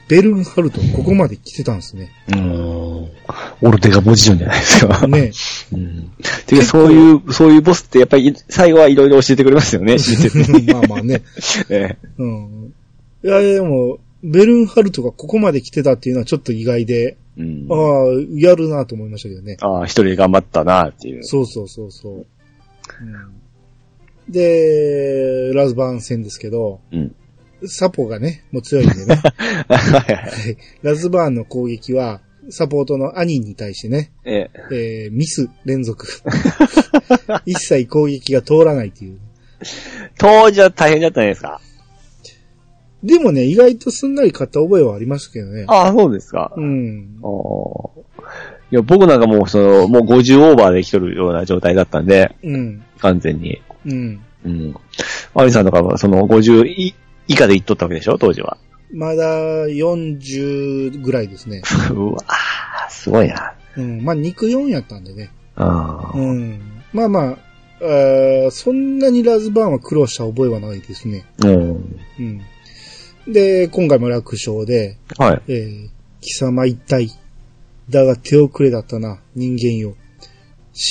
A: ベルンハルト、ここまで来てたんですね。
B: うーん。オルテがポジションじゃないですか。
A: ね。
B: うん。てか、そういう、そういうボスってやっぱり最後はいろいろ教えてくれますよね、見てて
A: まあまあね。
B: [LAUGHS] え
A: うん。いや、でも、ベルンハルトがここまで来てたっていうのはちょっと意外で、
B: え。うん
A: あ。あ、やるなと思いましたけどね。
B: ああ、一人で頑張ったな、っていう。
A: そうそうそうそう。うんで、ラズバーン戦ですけど、
B: うん。 [LAUGHS]
A: サポがね、もう強いんでね。
B: はいはいはい。
A: ラズバーンの攻撃は、サポートの兄に対してね、
B: [LAUGHS] ええ。
A: えー、ミス連
B: [LAUGHS]
A: 続。 [LAUGHS] 一切攻撃が通らないっていう。
B: 当時は大変だったんじゃないですか。
A: でもね、意外とすんなり買った覚えはありましたけどね。
B: ああ、そうですか。
A: うん。
B: おーいや、僕なんかもう、その、もう50オーバーできとるような状態だったんで、
A: うん。
B: 完全に。
A: うん。
B: うん。アリさんとかは、その、50い以下で行っとったわけでしょ当時は。 [LAUGHS]
A: まだ40ぐらいですね。
B: うわーすごいな。
A: うん。まあ、肉4やったんでね。
B: あー
A: うん。まあまあ、あーそんなにラズバーンは苦労した覚えはないですね。
B: うん。
A: うん。で、今回も楽勝で、
B: はい。
A: えー、貴様一体。だが手遅れだったな、人間よ。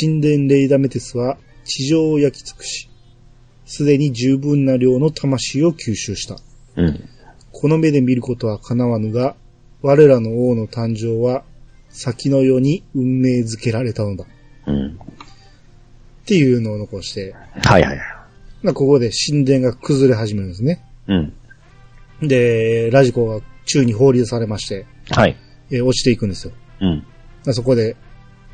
A: 神殿レイダメテスは地上を焼き尽くし、すでに十分な量の魂を吸収した。
B: うん。
A: この目で見ることは叶わぬが、我らの王の誕生は先の世に運命づけられたのだ。っ
B: うん。
A: ていうのを残して、
B: はいはいはい。
A: まあ、ここで神殿が崩れ始めるんですね。
B: うん。
A: で、ラジコが宙に放流されまして、
B: はい。
A: えー落ちていくんですよ。
B: うん。
A: まあそこで、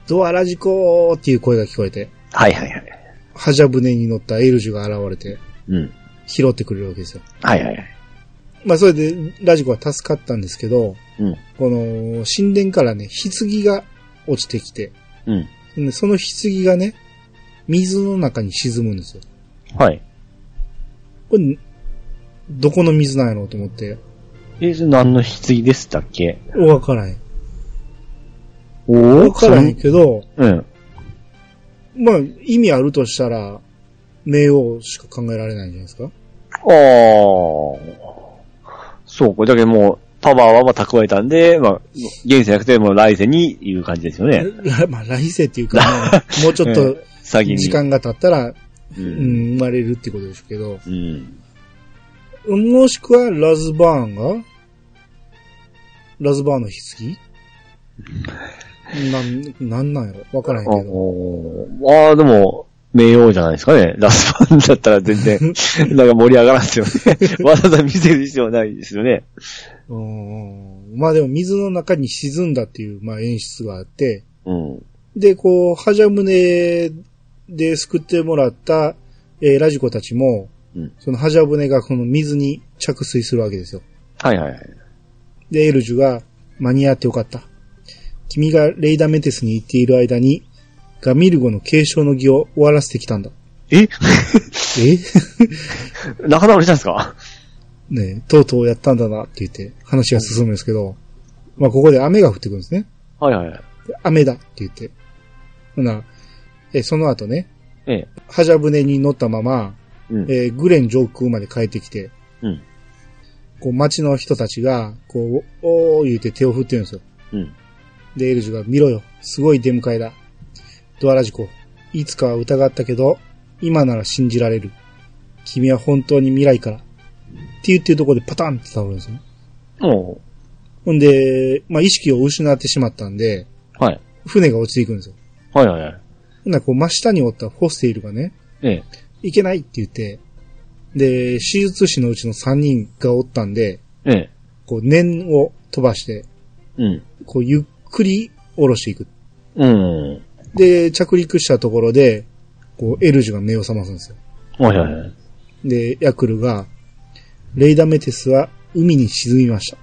A: ドアラジコーっていう声が聞こえて、
B: はいはいはい。
A: はじゃ船に乗ったエルジュが現れて、
B: うん。
A: 拾ってくれるわけですよ。
B: はいはいはい。
A: まあ、それで、ラジコは助かったんですけど、
B: うん。
A: この、神殿からね、棺が落ちてきて、
B: うん。
A: でその棺がね、水の中に沈むんですよ。
B: はい。
A: これ、どこの水なんやろうと思って、
B: え、それ何の棺でしたっけ
A: わからへん。
B: おー
A: わからへんけど、
B: うん。
A: まあ、意味あるとしたら、冥王しか考えられないんじゃないですか
B: ああ。そうか。だけどもう、パワーはまあ蓄えたんで、まあ、現世じゃなくて、もう来世にいう感じですよね。
A: ら [LAUGHS] まあ、来世っていうか、
B: [LAUGHS]
A: まあもうちょっと
B: 先に。
A: 時。間が経ったら、
B: う。
A: うんん、生まれるってことですけど、
B: うん。
A: もしくはラズバーンが、ラズバーンの
B: [LAUGHS]
A: 棺なん、なんなんやろわからへん
B: あ
A: けど。
B: あー、でも、冥王じゃないですかね。 [LAUGHS] ラスパンだったら全然、
A: [LAUGHS]
B: なんか盛り上がらんですよね。 [LAUGHS] わざわざ見せる必要ないですよね。
A: うんまあでも水の中に沈んだっていう、まあ演出があって、
B: うん。
A: で、こう、ハジャムネで救ってもらった、えーラジコたちも、
B: うん
A: そのハジャブネがこの水に着水するわけですよ。
B: はいはいはい。
A: で、エルジュが、間に合ってよかった。君がレイダメテスに行っている間に、ガミルゴの継承の儀を終わらせてきたんだ。
B: え [LAUGHS]
A: え
B: 仲直りしたんですか
A: ねえとうとうやったんだなって言って話が進むんですけど、まあここで雨が降ってくるんですね。
B: はいはいはい。
A: 雨だって言って。ほな、え、その後ね、
B: ええ。
A: ハジャ船に乗ったまま、
B: うん。
A: えーグレン上空まで帰ってきて、
B: うん。
A: こう街の人たちが、こう、おー言うて手を振ってるんですよ。
B: うん。
A: で、エルジュが見ろよ。すごい出迎えだ。ドアラジコ、いつかは疑ったけど、今なら信じられる。君は本当に未来から。って言ってるところでパタンって倒れるんですよ。
B: も
A: ほんで、まあ、意識を失ってしまったんで、
B: う、はい。
A: 船が落ちていくんですよ。
B: はいはいはい。
A: ほんならこう真下におったホステイルがね、
B: ええ。
A: いけないって言って、で、手術師のうちの3人がおったんで、
B: ええ。
A: こう念を飛ばして、
B: うん。
A: こうゆっくり下ろしていく。
B: うん。
A: で、着陸したところで、こう、エルジュが目を覚ますんですよ。
B: はいはいはい。
A: で、ヤクルが、レイダメテスは海に沈みました。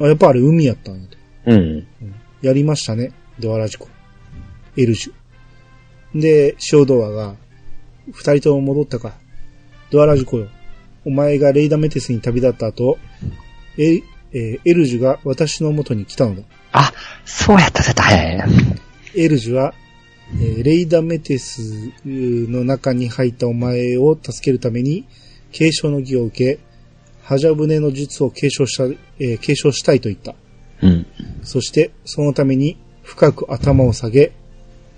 A: あ、やっぱあれ海やったんやと。
B: うん。
A: やりましたね、ドアラジコ。エルジュ。で、塩ドアが、二人とも戻ったか。ドアラジコよ。お前がレイダメテスに旅立った後、エえーエルジュが私の元に来たのだ。
B: あ、そうやった、そうやった。はいはいはい。
A: エルジュは、えーレイダメテスの中に入ったお前を助けるために、継承の儀を受け、ハジャブネの術を継承した、えー継承したいと言った。
B: うん。
A: そして、そのために、深く頭を下げ、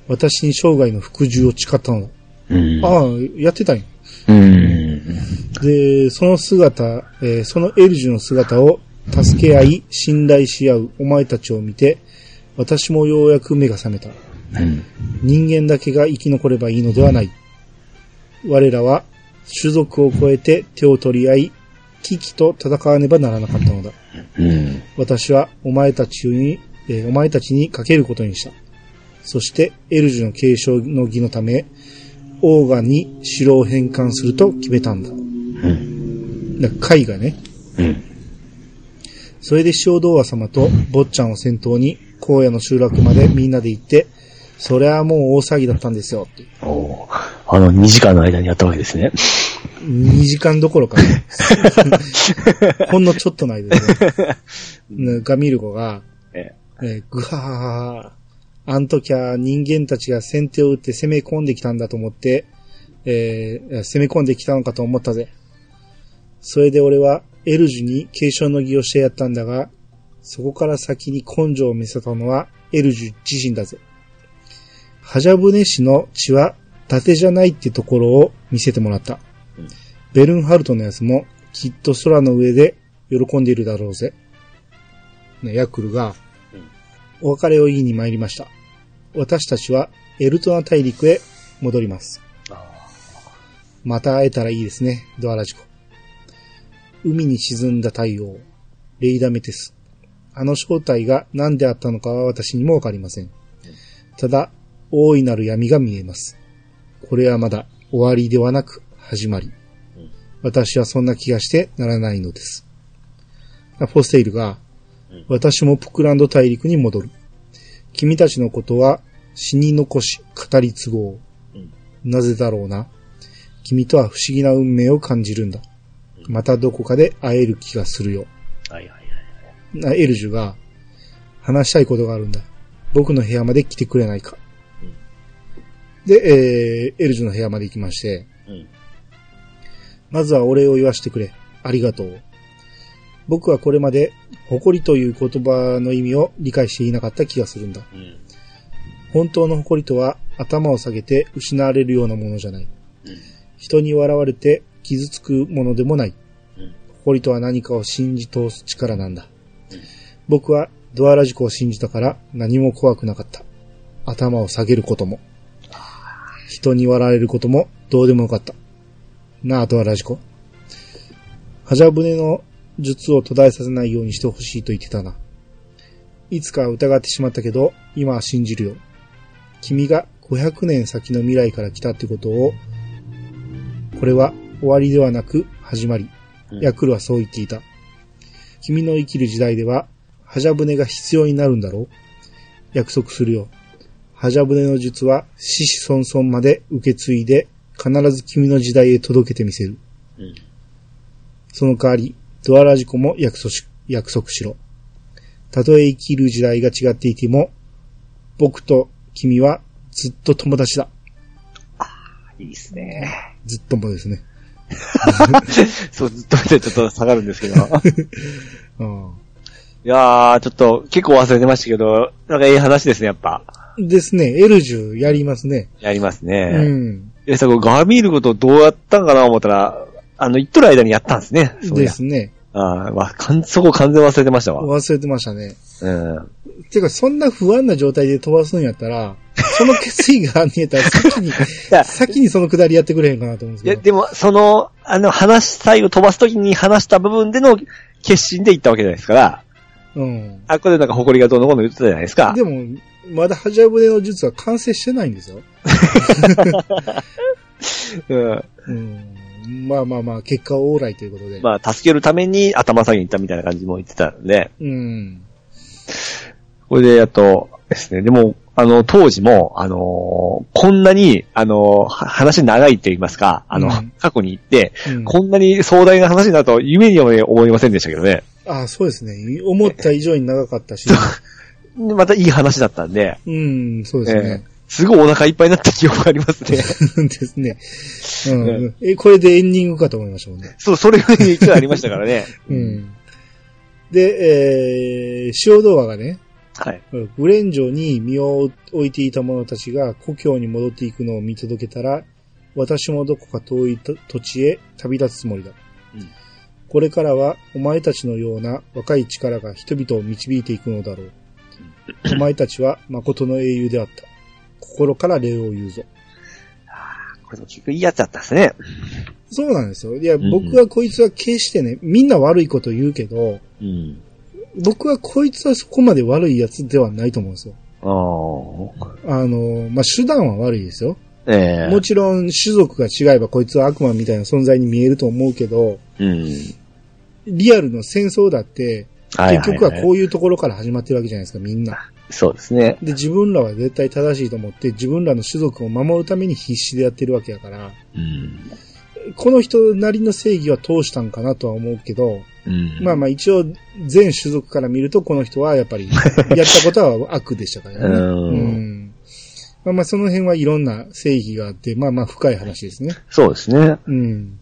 A: 私に生涯の服従を誓ったの
B: うん
A: だ。ああ、やってたんや。
B: うん。
A: で、その姿、えーそのエルジュの姿を助け合い、信頼し合うお前たちを見て、私もようやく目が覚めた。
B: うん。
A: 人間だけが生き残ればいいのではない。我らは種族を超えて手を取り合い、危機と戦わねばならなかったのだ。
B: うん。
A: 私はお前たちにえーお前たちにかけることにした。そして、エルジュの継承の儀のため、オーガに城を返還すると決めたんだ。
B: うん。
A: だからカイがね、
B: うん。
A: それで師匠童話様と坊ちゃんを先頭に、荒野の集落までみんなで行って、それはもう大騒ぎだったんですよ、って。
B: おーあの、2時間の間にやったわけですね。
A: 2時間どころか、
B: [LAUGHS]
A: ね、ほんのちょっとの間ですね。ねガミルゴが、
B: え
A: えーぐははは、あん時は人間たちが先手を打って攻め込んできたんだと思って、えー攻め込んできたのかと思ったぜ。それで俺はエルジュに継承の儀をしてやったんだが、そこから先に根性を見せたのはエルジュ自身だぜ。ハジャブネ氏の血は伊達じゃないってところを見せてもらった。ベルンハルトのやつもきっと空の上で喜んでいるだろうぜ。ね、ヤクルが、お別れを言いに参りました。私たちはエルトナ大陸へ戻ります。また会えたらいいですね、ドアラジコ。海に沈んだ太陽、レイダメテス。あの正体が何であったのかは私にもわかりません。ただ、大いなる闇が見えます。これはまだ終わりではなく始まり。私はそんな気がしてならないのです。フォステイルが、私もプクランド大陸に戻る。君たちのことは死に残し語り継ごう。なぜだろうな。君とは不思議な運命を感じるんだ。またどこかで会える気がするよ。
B: はいはい
A: なエルジュが、話したいことがあるんだ。僕の部屋まで来てくれないか。で、えー、エルジュの部屋まで行きまして、
B: はい。うん。
A: まずはお礼を言わしてくれ。ありがとう。僕はこれまで、誇りという言葉の意味を理解していなかった気がするんだ。
B: うん。
A: 本当の誇りとは、頭を下げて失われるようなものじゃない。
B: うん
A: 人に笑われて傷つくものでもない
B: うん。
A: 誇りとは何かを信じ通す力なんだ
B: うん。
A: 僕はドアラジコを信じたから何も怖くなかった。頭を下げることも。人に笑われることもどうでもよかった。なあ、ドアラジコ。ハジャブネの術を途絶えさせないようにしてほしいと言ってたな。いつかは疑ってしまったけど、今は信じるよ。君が500年先の未来から来たってことをこれは終わりではなく始まり。
B: うん
A: ヤクルはそう言っていた。君の生きる時代では、ハジャブネが必要になるんだろう約束するよ。ハジャブネの術は、死死孫孫まで受け継いで、必ず君の時代へ届けてみせる。
B: うん。
A: その代わり、ドアラジコも約束し約束しろ。たとえ生きる時代が違っていても、僕と君はずっと友達だ。
B: いいですね。
A: ずっともですね。
B: [LAUGHS] そう、ずっと見てちょっと下がるんですけど。
A: うん
B: いやー、ちょっと、結構忘れてましたけど、なんかいい話ですね、やっぱ。
A: ですね。エルジュやりますね。
B: やります
A: う
B: ね。
A: ん。
B: いや、さ、これガミールことどうやったんかな思ったら、あの、言っとる間にやったんですね。そう
A: で
B: や。
A: すね。
B: あー、わ、かん、そこ完全忘れてましたわ。
A: 忘れてましたね。
B: うん。
A: てか、そんな不安な状態で飛ばすんやった
B: [LAUGHS]
A: ら、その決意が見えたら先に、
B: や
A: 先にそのくだりやってくれへんかなと思うん
B: い
A: で
B: や、
A: すけ
B: でも、その、あの、話、最後飛ばすときに話した部分での決心で言ったわけじゃないですから、
A: ど。うん。
B: あ、これでなんか誇りがどうのこうの言ってたじゃないですか。
A: でも、まだハジャブネの術は完成してないんですよ。
B: うん。
A: うん。まあまあまあ、結果オーライということで。
B: まあ、助けるために頭下げに行ったみたいな感じも言ってたんで、
A: うん。
B: これで、やっと、ですね、でも、あの、当時も、あのーこんなに、あのーは話長いって言いますか、あの、
A: うん
B: 過去に行って、
A: うん、
B: こんなに壮大な話になると、夢にも思いませんでしたけどね。
A: あそうですね。思った以上に長か
B: [LAUGHS]
A: ったし。
B: でまたいい話だったんで、
A: うん、そうですね
B: え。えすごいお腹いっぱいになった記憶があります [LAUGHS] ね。
A: [LAUGHS] ですね。うん。え、これでエンディングかと思いましたもんね。
B: そう、それが一応ありましたからね。
A: うん。で、えー、塩童話がね、
B: はい。
A: グレン城に身を置いていた者たちが故郷に戻っていくのを見届けたら、私もどこか遠いと土地へ旅立つつもりだ。
B: うん
A: これからはお前たちのような若い力が人々を導いていくのだろう。お前たちは誠の英雄であった。心から礼を言うぞ。
B: これも結局いいやつだったんですね。
A: そうなんですよ。いや、
B: んうん
A: 僕はこいつは決してね、みんな悪いこと言うけど、
B: うん。
A: 僕はこいつはそこまで悪いやつではないと思うんですよ。
B: ああ。
A: あの、まあ、手段は悪いですよ。
B: ええ
A: もちろん種族が違えばこいつは悪魔みたいな存在に見えると思うけど、
B: うん。
A: リアルの戦争だって、
B: はい
A: 結局はこういうところから始まってるわけじゃないですか、みんな。
B: う。そうですね。
A: で、自分らは絶対正しいと思って、自分らの種族を守るために必死でやってるわけやから、
B: うん。
A: この人なりの正義は通したんかなとは思うけど、
B: うん。
A: まあまあ一応全種族から見るとこの人はやっぱ
B: [LAUGHS]
A: りやったことは悪でしたからね。
B: うん
A: んまあまあその辺はいろんな正義があって、まあまあ深い話ですね。
B: そうですね。
A: うん。